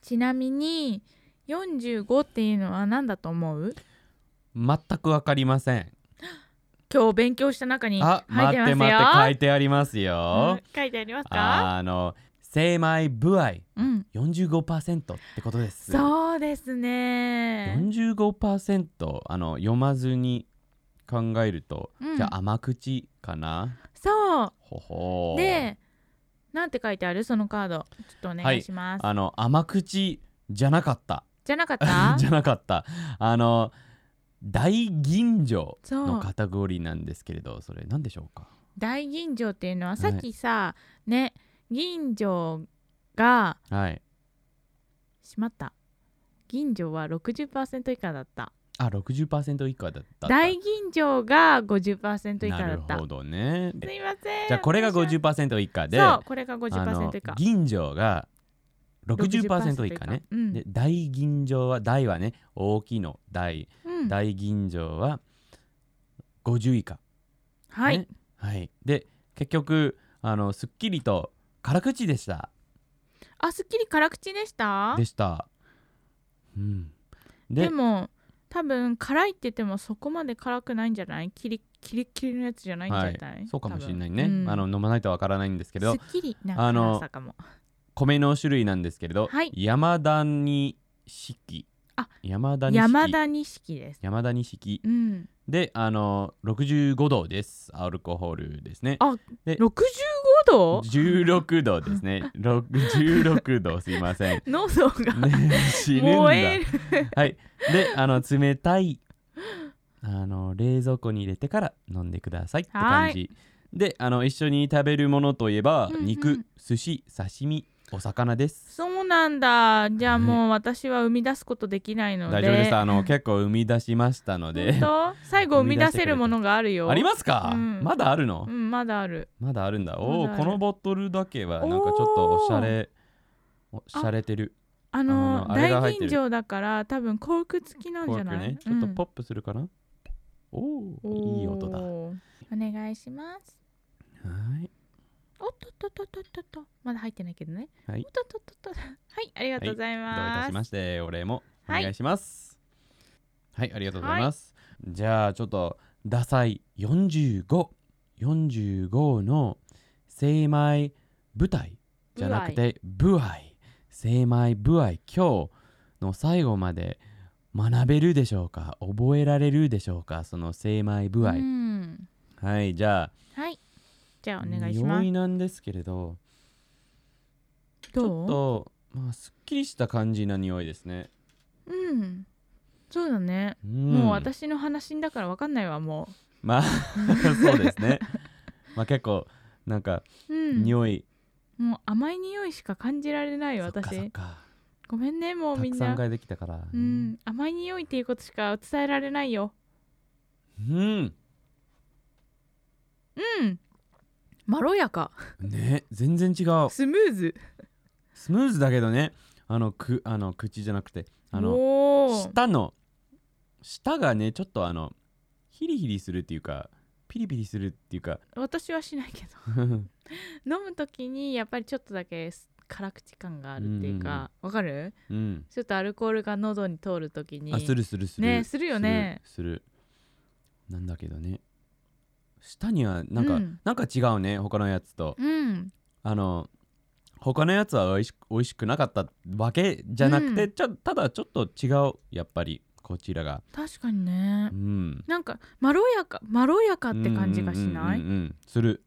[SPEAKER 2] ちなみに45っていうのは何だと思う
[SPEAKER 1] 全くわかりません。
[SPEAKER 2] 今日勉強した中に入っ
[SPEAKER 1] あ、
[SPEAKER 2] てます
[SPEAKER 1] 待っ
[SPEAKER 2] よ
[SPEAKER 1] て待って、書いてあります
[SPEAKER 2] う
[SPEAKER 1] よ
[SPEAKER 2] ん。書いてありますか
[SPEAKER 1] あの、精米部合
[SPEAKER 2] うん
[SPEAKER 1] 45%ってことです。
[SPEAKER 2] そうですね
[SPEAKER 1] 45%あの読まずに考えると、
[SPEAKER 2] うん
[SPEAKER 1] じゃあ甘口かな
[SPEAKER 2] そう
[SPEAKER 1] ほほー
[SPEAKER 2] でなんて書いてあるそのカードちょっとお願いします、
[SPEAKER 1] あの甘口じゃなかった
[SPEAKER 2] じゃなかった
[SPEAKER 1] じゃなかったあの大吟醸
[SPEAKER 2] そ
[SPEAKER 1] の
[SPEAKER 2] う
[SPEAKER 1] カテゴリーなんですけれどそれ何でしょうか
[SPEAKER 2] 大吟醸っていうのはさ
[SPEAKER 1] い
[SPEAKER 2] っきさ、ね銀醸が
[SPEAKER 1] はい
[SPEAKER 2] しまった銀醸は60%以下だった
[SPEAKER 1] あ60%以下だった
[SPEAKER 2] 大吟醸が50%以下だっ
[SPEAKER 1] な
[SPEAKER 2] た
[SPEAKER 1] るほどね
[SPEAKER 2] す
[SPEAKER 1] で
[SPEAKER 2] いません
[SPEAKER 1] じゃあこれが
[SPEAKER 2] お願いしま
[SPEAKER 1] 50%以下
[SPEAKER 2] す
[SPEAKER 1] で
[SPEAKER 2] そうこれが
[SPEAKER 1] あの
[SPEAKER 2] 50%以下
[SPEAKER 1] 吟醸が60%以下ね、
[SPEAKER 2] うん
[SPEAKER 1] で大吟醸は大はね大きいの大、
[SPEAKER 2] うん
[SPEAKER 1] 大吟醸は50以下、
[SPEAKER 2] はい、
[SPEAKER 1] ねはい、で結局あのすっきりと辛口でした
[SPEAKER 2] あすっきり辛口でした
[SPEAKER 1] でした、うん、で
[SPEAKER 2] でも多分辛いって言ってもそこまで辛くないんじゃないキリキリッキリのやつじゃないんじゃ
[SPEAKER 1] は
[SPEAKER 2] ないい、
[SPEAKER 1] そうかもしれない
[SPEAKER 2] 多
[SPEAKER 1] ね、
[SPEAKER 2] 分うん
[SPEAKER 1] あの飲まないとわからないんですけど
[SPEAKER 2] すっきりな
[SPEAKER 1] あの
[SPEAKER 2] 辛さかも
[SPEAKER 1] 米の種類なんですけれど、
[SPEAKER 2] はい
[SPEAKER 1] 山谷式
[SPEAKER 2] あ
[SPEAKER 1] 山谷式
[SPEAKER 2] 山田錦です
[SPEAKER 1] 山谷式
[SPEAKER 2] うん
[SPEAKER 1] であの65度ですアルコホールですね
[SPEAKER 2] あ
[SPEAKER 1] で
[SPEAKER 2] 65度
[SPEAKER 1] 16度ですね。ろく16度すいま せん。
[SPEAKER 2] 濃度が、
[SPEAKER 1] ね、死ぬんだ。
[SPEAKER 2] 燃える
[SPEAKER 1] はい。で、あの冷たいあの冷蔵庫に入れてから飲んでくださいって感じ。で、あの一緒に食べるものといえば、
[SPEAKER 2] うんうん
[SPEAKER 1] 肉、寿司、刺身、お魚です。
[SPEAKER 2] そうなんだじゃあもう私は生み出すことできないので
[SPEAKER 1] 大丈夫です。あの結構生み出しましたので。
[SPEAKER 2] 本当最後生み出せるものがあるよ
[SPEAKER 1] ありますか、
[SPEAKER 2] うん
[SPEAKER 1] まだあるの
[SPEAKER 2] う、んまだある
[SPEAKER 1] まだあるんだ。お
[SPEAKER 2] ま
[SPEAKER 1] お、
[SPEAKER 2] だある
[SPEAKER 1] このボトルだけはなんかちょっとおしゃれ、おしゃれてる。
[SPEAKER 2] あの
[SPEAKER 1] あのあれが入
[SPEAKER 2] 大
[SPEAKER 1] ってる
[SPEAKER 2] 吟醸だから多分コーク付きなんじゃない、
[SPEAKER 1] ね、ちょっと
[SPEAKER 2] うん
[SPEAKER 1] ポップするかな、おおいい音だは
[SPEAKER 2] おーお願いします
[SPEAKER 1] い
[SPEAKER 2] おっとっとっとっとっとっとまだ入ってないけどね
[SPEAKER 1] はい
[SPEAKER 2] おっとっとっとっとはいありがとうござい
[SPEAKER 1] どういた
[SPEAKER 2] ま
[SPEAKER 1] し
[SPEAKER 2] す、
[SPEAKER 1] ましてお礼もお
[SPEAKER 2] はい
[SPEAKER 1] 願いしますはい、ありがとうございます、じゃあちょっとダサい4545の精米舞台じゃなくて部合精米部合今日の最後まで学べるでしょうか覚えられるでしょうかその精米部合、
[SPEAKER 2] うん
[SPEAKER 1] はいじゃあ
[SPEAKER 2] はいじゃあお願いしま
[SPEAKER 1] 匂
[SPEAKER 2] す
[SPEAKER 1] いなんですけれどちょっ
[SPEAKER 2] どう
[SPEAKER 1] とまあすっきりした感じな匂いですね、
[SPEAKER 2] うんそうだね、
[SPEAKER 1] うん
[SPEAKER 2] もう私の話だからわかんないわも
[SPEAKER 1] まあそうですねまあ結構なんか
[SPEAKER 2] う、うん、
[SPEAKER 1] 匂い、
[SPEAKER 2] もう甘い匂いしか感じられない
[SPEAKER 1] そっかそっ
[SPEAKER 2] 私
[SPEAKER 1] か
[SPEAKER 2] ごめんねもう
[SPEAKER 1] た
[SPEAKER 2] み
[SPEAKER 1] く
[SPEAKER 2] ん
[SPEAKER 1] さん
[SPEAKER 2] な
[SPEAKER 1] 買いできたからね
[SPEAKER 2] うん甘い匂いっていうことしか伝えられないよ
[SPEAKER 1] うん
[SPEAKER 2] うんまろやか
[SPEAKER 1] ね全然違う
[SPEAKER 2] スムーズ
[SPEAKER 1] スムーズだけどねあのくあの口じゃなくてあの
[SPEAKER 2] おー
[SPEAKER 1] 舌の舌がねちょっとあのヒリヒリするっていうかピリピリするっていうか
[SPEAKER 2] 私はしないけど 飲む時にやっぱりちょっとだけ辛口感があるっていうかわかる
[SPEAKER 1] うん
[SPEAKER 2] ちょっとアルコールが喉に通る時に
[SPEAKER 1] あするするする
[SPEAKER 2] ねするよね
[SPEAKER 1] するするなんだけどね舌にはなんか、
[SPEAKER 2] うん
[SPEAKER 1] なんか違うね他のやつと
[SPEAKER 2] うん
[SPEAKER 1] あの他のやつは美味しく美味しくなかったわけじゃなくて、
[SPEAKER 2] う
[SPEAKER 1] ちょただちょっと違うやっぱりこちらが
[SPEAKER 2] 確かにね
[SPEAKER 1] うん
[SPEAKER 2] なんかまろやかまろやかって感じがしない、
[SPEAKER 1] うんうんうんうんする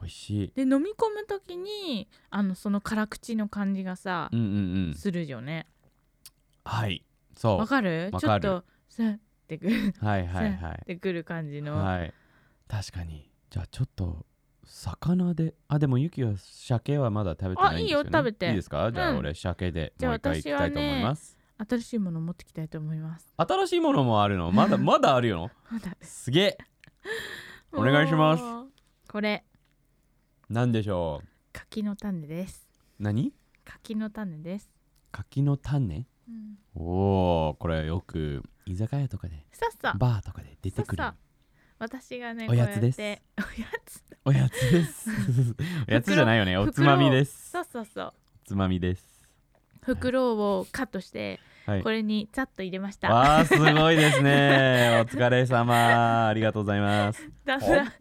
[SPEAKER 1] 美味しい
[SPEAKER 2] で飲み込む時にあのその辛口の感じがさ
[SPEAKER 1] う、んうんうん
[SPEAKER 2] するよね
[SPEAKER 1] はいそ
[SPEAKER 2] わかる
[SPEAKER 1] わ
[SPEAKER 2] ちょ
[SPEAKER 1] か
[SPEAKER 2] っ
[SPEAKER 1] る
[SPEAKER 2] とスッてく る
[SPEAKER 1] うはいはいは
[SPEAKER 2] ってくる感じ
[SPEAKER 1] い
[SPEAKER 2] の、
[SPEAKER 1] はい確かにじゃあちょっと魚であでもゆきは鮭はまだ食べてないんですよ、ね、
[SPEAKER 2] あいいよ食べて
[SPEAKER 1] いいですかじゃ
[SPEAKER 2] う
[SPEAKER 1] あ
[SPEAKER 2] ん
[SPEAKER 1] 俺鮭で
[SPEAKER 2] じゃあ
[SPEAKER 1] もう一回いきたいと思います、
[SPEAKER 2] 新しいもの持ってきたいと思います
[SPEAKER 1] 新しいものもあるのまだ まだあるよ
[SPEAKER 2] まだ
[SPEAKER 1] すげえお願いします
[SPEAKER 2] おーこれ
[SPEAKER 1] なんでしょう
[SPEAKER 2] 柿の種です
[SPEAKER 1] 何
[SPEAKER 2] 柿の種です、
[SPEAKER 1] 柿の種
[SPEAKER 2] うん、
[SPEAKER 1] おおこれよく居酒屋とかで
[SPEAKER 2] さっさ
[SPEAKER 1] バーとかで出てくる
[SPEAKER 2] さっさ私がね
[SPEAKER 1] おやつです
[SPEAKER 2] こうやっておやつ
[SPEAKER 1] おやつです おやつじゃないよね
[SPEAKER 2] 袋
[SPEAKER 1] おつまみです
[SPEAKER 2] そうそうそう
[SPEAKER 1] おつまみです
[SPEAKER 2] 袋をカットして、
[SPEAKER 1] はい
[SPEAKER 2] これにざっと入れました
[SPEAKER 1] わあすごいです ねお疲れ様ありがとうございます
[SPEAKER 2] だんだん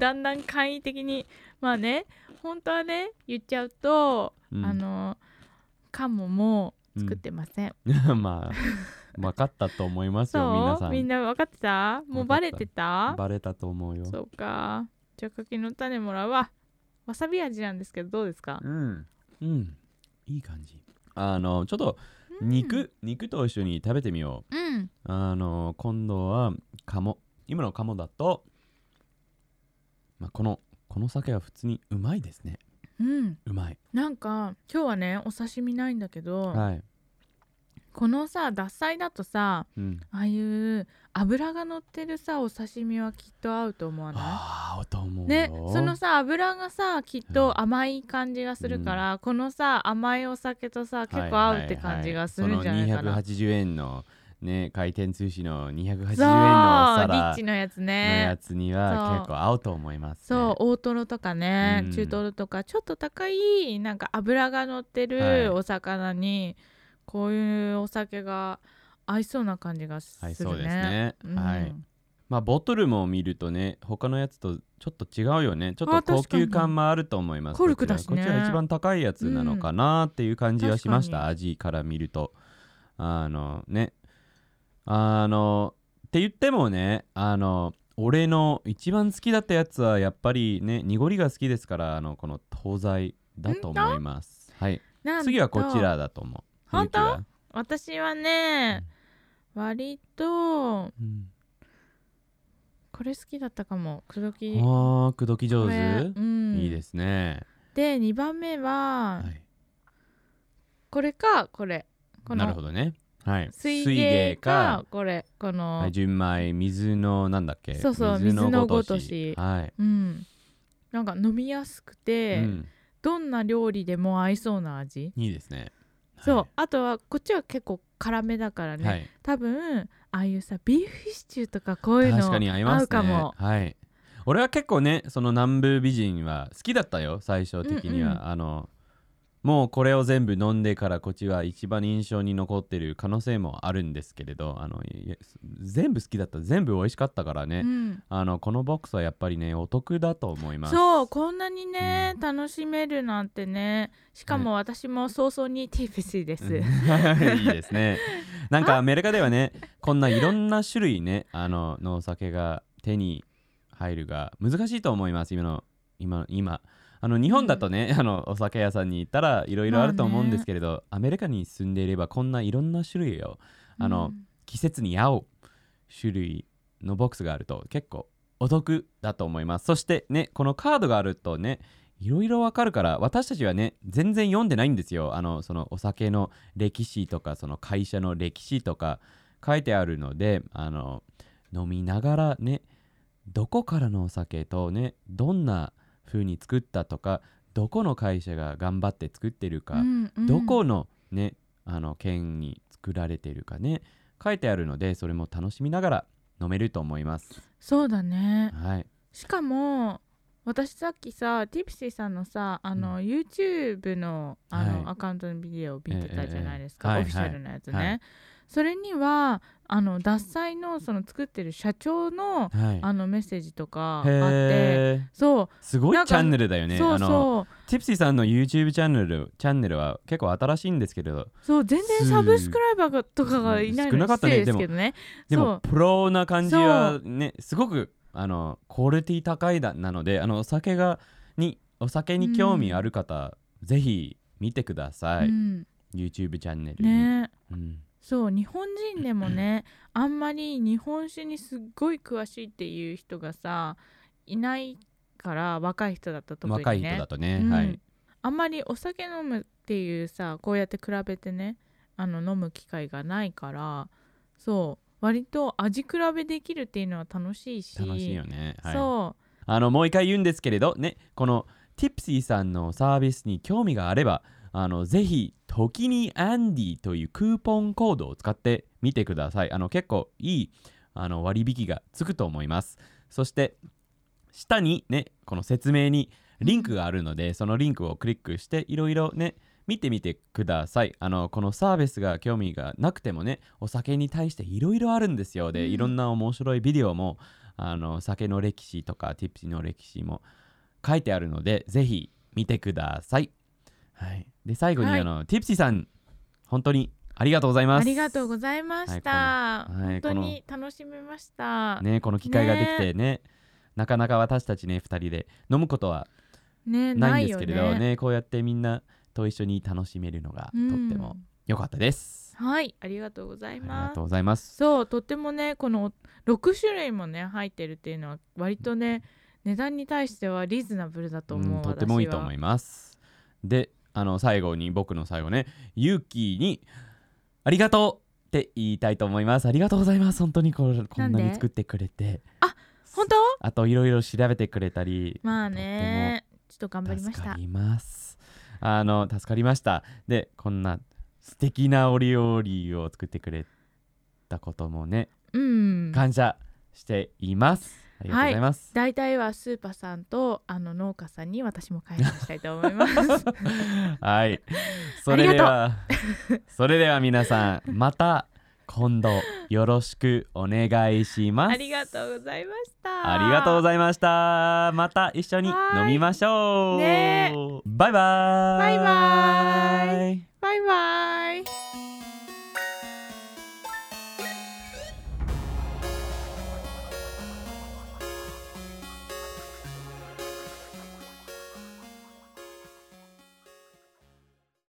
[SPEAKER 2] だんだん簡易的にまあね本当はね言っちゃうと、
[SPEAKER 1] うん
[SPEAKER 2] あのカモも
[SPEAKER 1] うん
[SPEAKER 2] 作ってません、
[SPEAKER 1] まあ分かったと思いますよ皆
[SPEAKER 2] そ
[SPEAKER 1] さ
[SPEAKER 2] うんみんな分かってたもう
[SPEAKER 1] 分かった
[SPEAKER 2] バレてた
[SPEAKER 1] バレたと思うよ
[SPEAKER 2] そうかじゃあ柿の種もらうわわさび味なんですけどどうですか
[SPEAKER 1] うんうんいい感じあのちょっと肉、肉と一緒に食べてみよ
[SPEAKER 2] うん
[SPEAKER 1] うあの今度は鴨今の鴨だと、まあ、このこの酒は普通にうまいですね
[SPEAKER 2] うん
[SPEAKER 1] うまい、
[SPEAKER 2] なんか今日はねお刺身ないんだけど、
[SPEAKER 1] はい、
[SPEAKER 2] このさ獺祭だとさ
[SPEAKER 1] うん、
[SPEAKER 2] ああいう油が乗ってるさお刺身はきっと合うと思わない
[SPEAKER 1] ああと思う
[SPEAKER 2] ね
[SPEAKER 1] よ
[SPEAKER 2] そのさ油がさきっ
[SPEAKER 1] うん
[SPEAKER 2] と甘い感じがするから、このさ甘いお酒とさ結構合うって感じがするんじゃないかな、
[SPEAKER 1] はいはいはいその280円のね回転寿司の280円の
[SPEAKER 2] そ
[SPEAKER 1] お
[SPEAKER 2] うリッ
[SPEAKER 1] 皿
[SPEAKER 2] チのやつ
[SPEAKER 1] の
[SPEAKER 2] ね
[SPEAKER 1] やつには結構合うと思います、ね、
[SPEAKER 2] そう大トロとかね、
[SPEAKER 1] うん
[SPEAKER 2] 中トロとかちょっと高いなんか油が乗って
[SPEAKER 1] はい
[SPEAKER 2] るお魚に、こういうお酒が合いそうな感じがする
[SPEAKER 1] は
[SPEAKER 2] ね。
[SPEAKER 1] いそうですね、
[SPEAKER 2] うん
[SPEAKER 1] はいまあボトルも見るとね他のやつとちょっと違うよねちょっ
[SPEAKER 2] あ
[SPEAKER 1] と高
[SPEAKER 2] 確かに
[SPEAKER 1] 級感もあると思います
[SPEAKER 2] コルクだしね
[SPEAKER 1] こちらこちら一番高いやつなのかなっていう感じはしました、
[SPEAKER 2] 確か
[SPEAKER 1] 味から見るとあのねあのって言ってもねあの俺の一番好きだったやつはやっぱりね濁りが好きですからあのこの東西だと思いますはい
[SPEAKER 2] なんと
[SPEAKER 1] 次はこちらだと思う
[SPEAKER 2] 本当
[SPEAKER 1] ゆうきは
[SPEAKER 2] 私はね、割と
[SPEAKER 1] うん
[SPEAKER 2] これ好きだったかも口説き
[SPEAKER 1] あー口説き上
[SPEAKER 2] こ
[SPEAKER 1] 手、
[SPEAKER 2] れうん、
[SPEAKER 1] いいですね、
[SPEAKER 2] で2番目は、
[SPEAKER 1] はい
[SPEAKER 2] これかこれこ
[SPEAKER 1] なる
[SPEAKER 2] の
[SPEAKER 1] ほどね。はい。
[SPEAKER 2] 水芸かこれこの、
[SPEAKER 1] はい、純米水のなんだっけ。
[SPEAKER 2] そうそう水のごとし
[SPEAKER 1] はい。
[SPEAKER 2] うんなんか飲みやすくて、
[SPEAKER 1] うん、
[SPEAKER 2] どんな料理でも合いそうな味、
[SPEAKER 1] いいですね。
[SPEAKER 2] そうあとはこっちは結構辛めだからね、
[SPEAKER 1] はい。はい。
[SPEAKER 2] 多分ああいうさビーフシチューとかこういうの
[SPEAKER 1] 確かに合いますね。
[SPEAKER 2] うかも
[SPEAKER 1] はい。俺は結構ね、その南部美人は好きだったよ。最初的に
[SPEAKER 2] う
[SPEAKER 1] は、
[SPEAKER 2] んうん
[SPEAKER 1] あの。もうこれを全部飲んでからこっちは一番印象に残ってる可能性もあるんですけれどあのいえ全部好きだった全部美味しかったからね、
[SPEAKER 2] うん
[SPEAKER 1] あのこのボックスはやっぱりねお得だと思います
[SPEAKER 2] そうこんなにね、
[SPEAKER 1] う
[SPEAKER 2] 楽しめるなんてねしかも私も早々に TPC です、
[SPEAKER 1] うん いいですね。なんかアメリカではね、こんないろんな種類ね、あの、のお酒が手に入るが難しいと思います。今の今今あの日本だとね、あのお酒屋さんに行ったらいろいろあると思うんですけれど、アメリカに住んでいればこんないろんな種類をあの、季節に合う種類のボックスがあると結構お得だと思いますそしてねこのカードがあるとねいろいろわかるから私たちはね全然読んでないんですよあのそのお酒の歴史とかその会社の歴史とか書いてあるのであの飲みながらねどこからのお酒とねどんな風に作ったとかどこの会社が頑張って作ってるか、
[SPEAKER 2] うんうん
[SPEAKER 1] どこのねあの県に作られてるかね書いてあるのでそれも楽しみながら飲めると思います。
[SPEAKER 2] そうだね
[SPEAKER 1] はい、
[SPEAKER 2] しかも私さっきさティプシーさんのさあの、
[SPEAKER 1] う
[SPEAKER 2] YouTube のあの、
[SPEAKER 1] はい
[SPEAKER 2] アカウントのビデオを見てたじゃないですか、
[SPEAKER 1] ええええ
[SPEAKER 2] オフィシャルのやつね、
[SPEAKER 1] はいはい
[SPEAKER 2] それにはあの獺祭のその作ってる社長の
[SPEAKER 1] はい、
[SPEAKER 2] あのメッセージとかあって
[SPEAKER 1] へー
[SPEAKER 2] そ
[SPEAKER 1] すご
[SPEAKER 2] なん
[SPEAKER 1] い
[SPEAKER 2] か
[SPEAKER 1] チャンネルだよ
[SPEAKER 2] う、
[SPEAKER 1] ね。
[SPEAKER 2] そう
[SPEAKER 1] あの
[SPEAKER 2] そう
[SPEAKER 1] ティプシーさんの YouTube チャンネルチャンネルは結構新しいんですけれど
[SPEAKER 2] そう全然サブスクライバーがとかがいない
[SPEAKER 1] 少
[SPEAKER 2] の
[SPEAKER 1] な
[SPEAKER 2] に
[SPEAKER 1] かっ
[SPEAKER 2] 失
[SPEAKER 1] たね
[SPEAKER 2] 礼ですけどね
[SPEAKER 1] で
[SPEAKER 2] そ
[SPEAKER 1] も
[SPEAKER 2] う
[SPEAKER 1] プロな感じはねすごくあのクオリティ高いだなのであのお酒がにお酒に興味ある方、ぜひ見てください、
[SPEAKER 2] うん
[SPEAKER 1] YouTube チャンネルに、
[SPEAKER 2] ね
[SPEAKER 1] うん
[SPEAKER 2] そう日本人でもねあんまり日本酒にすっごい詳しいっていう人がさいないから若い人だと特にね
[SPEAKER 1] 若い人だとね、
[SPEAKER 2] うん
[SPEAKER 1] はい
[SPEAKER 2] あんまりお酒飲むっていうさこうやって比べてねあの飲む機会がないからそう割と味比べできるっていうのは楽しいし
[SPEAKER 1] 楽しいよね、はい、
[SPEAKER 2] そ
[SPEAKER 1] あのもう一回言うんですけれどねこの Tipsy さんのサービスに興味があればあのぜひ「時にアンディ」というクーポンコードを使ってみてくださいあの結構いいあの割引がつくと思いますそして下にねこの説明にリンクがあるのでそのリンクをクリックしていろいろね見てみてくださいあのこのサービスが興味がなくてもねお酒に対していろいろあるんですよで
[SPEAKER 2] うん
[SPEAKER 1] いろんな面白いビデオもあの酒の歴史とか Tipsy の歴史も書いてあるのでぜひ見てください、はい、で最後に、
[SPEAKER 2] はい
[SPEAKER 1] あの Tipsy さん本当にありがとうございうます
[SPEAKER 2] ありがとうございました、
[SPEAKER 1] はいこのは
[SPEAKER 2] 本
[SPEAKER 1] い
[SPEAKER 2] 当に楽しみましたね
[SPEAKER 1] ねこの機会ができてねなかなか私たちね2人で飲むことはないんですけれど
[SPEAKER 2] ないよ
[SPEAKER 1] ねこうやってみんなと一緒に楽しめるのがと
[SPEAKER 2] うん
[SPEAKER 1] っても良かったです、
[SPEAKER 2] はいありがとうござい
[SPEAKER 1] あり
[SPEAKER 2] ま
[SPEAKER 1] が
[SPEAKER 2] す
[SPEAKER 1] とうございます
[SPEAKER 2] そうとってもねこの6種類もね入ってるっていうのは割とね値段に対してはリーズナブルだと思う、
[SPEAKER 1] うんとってもいいと思いますであの最後に僕の最後ねユキにありがとうって言いたいと思いますありがとうございます本当にこれこん
[SPEAKER 2] な
[SPEAKER 1] な
[SPEAKER 2] ん
[SPEAKER 1] に
[SPEAKER 2] で
[SPEAKER 1] 作ってくれて
[SPEAKER 2] す本当
[SPEAKER 1] あといろいろ調べてくれたり
[SPEAKER 2] まあねちょっと頑
[SPEAKER 1] と
[SPEAKER 2] 張
[SPEAKER 1] っても
[SPEAKER 2] りまし
[SPEAKER 1] 助か
[SPEAKER 2] た
[SPEAKER 1] りますあの助かりましたでこんな素敵なお料理を作ってくれたこともね
[SPEAKER 2] うん
[SPEAKER 1] 感謝していますありがとうございます、
[SPEAKER 2] 大体はスーパーさんとあの農家さんに私も返ししたいと思います
[SPEAKER 1] はい。それでは、それでは皆さん、また今度よろしくお願いします。
[SPEAKER 2] ありがとうございました
[SPEAKER 1] ありがとうご
[SPEAKER 2] い
[SPEAKER 1] ざいました。また一緒に飲みましょ
[SPEAKER 2] はい
[SPEAKER 1] う。
[SPEAKER 2] ね
[SPEAKER 1] バイバイ。
[SPEAKER 2] バイバイバイバイ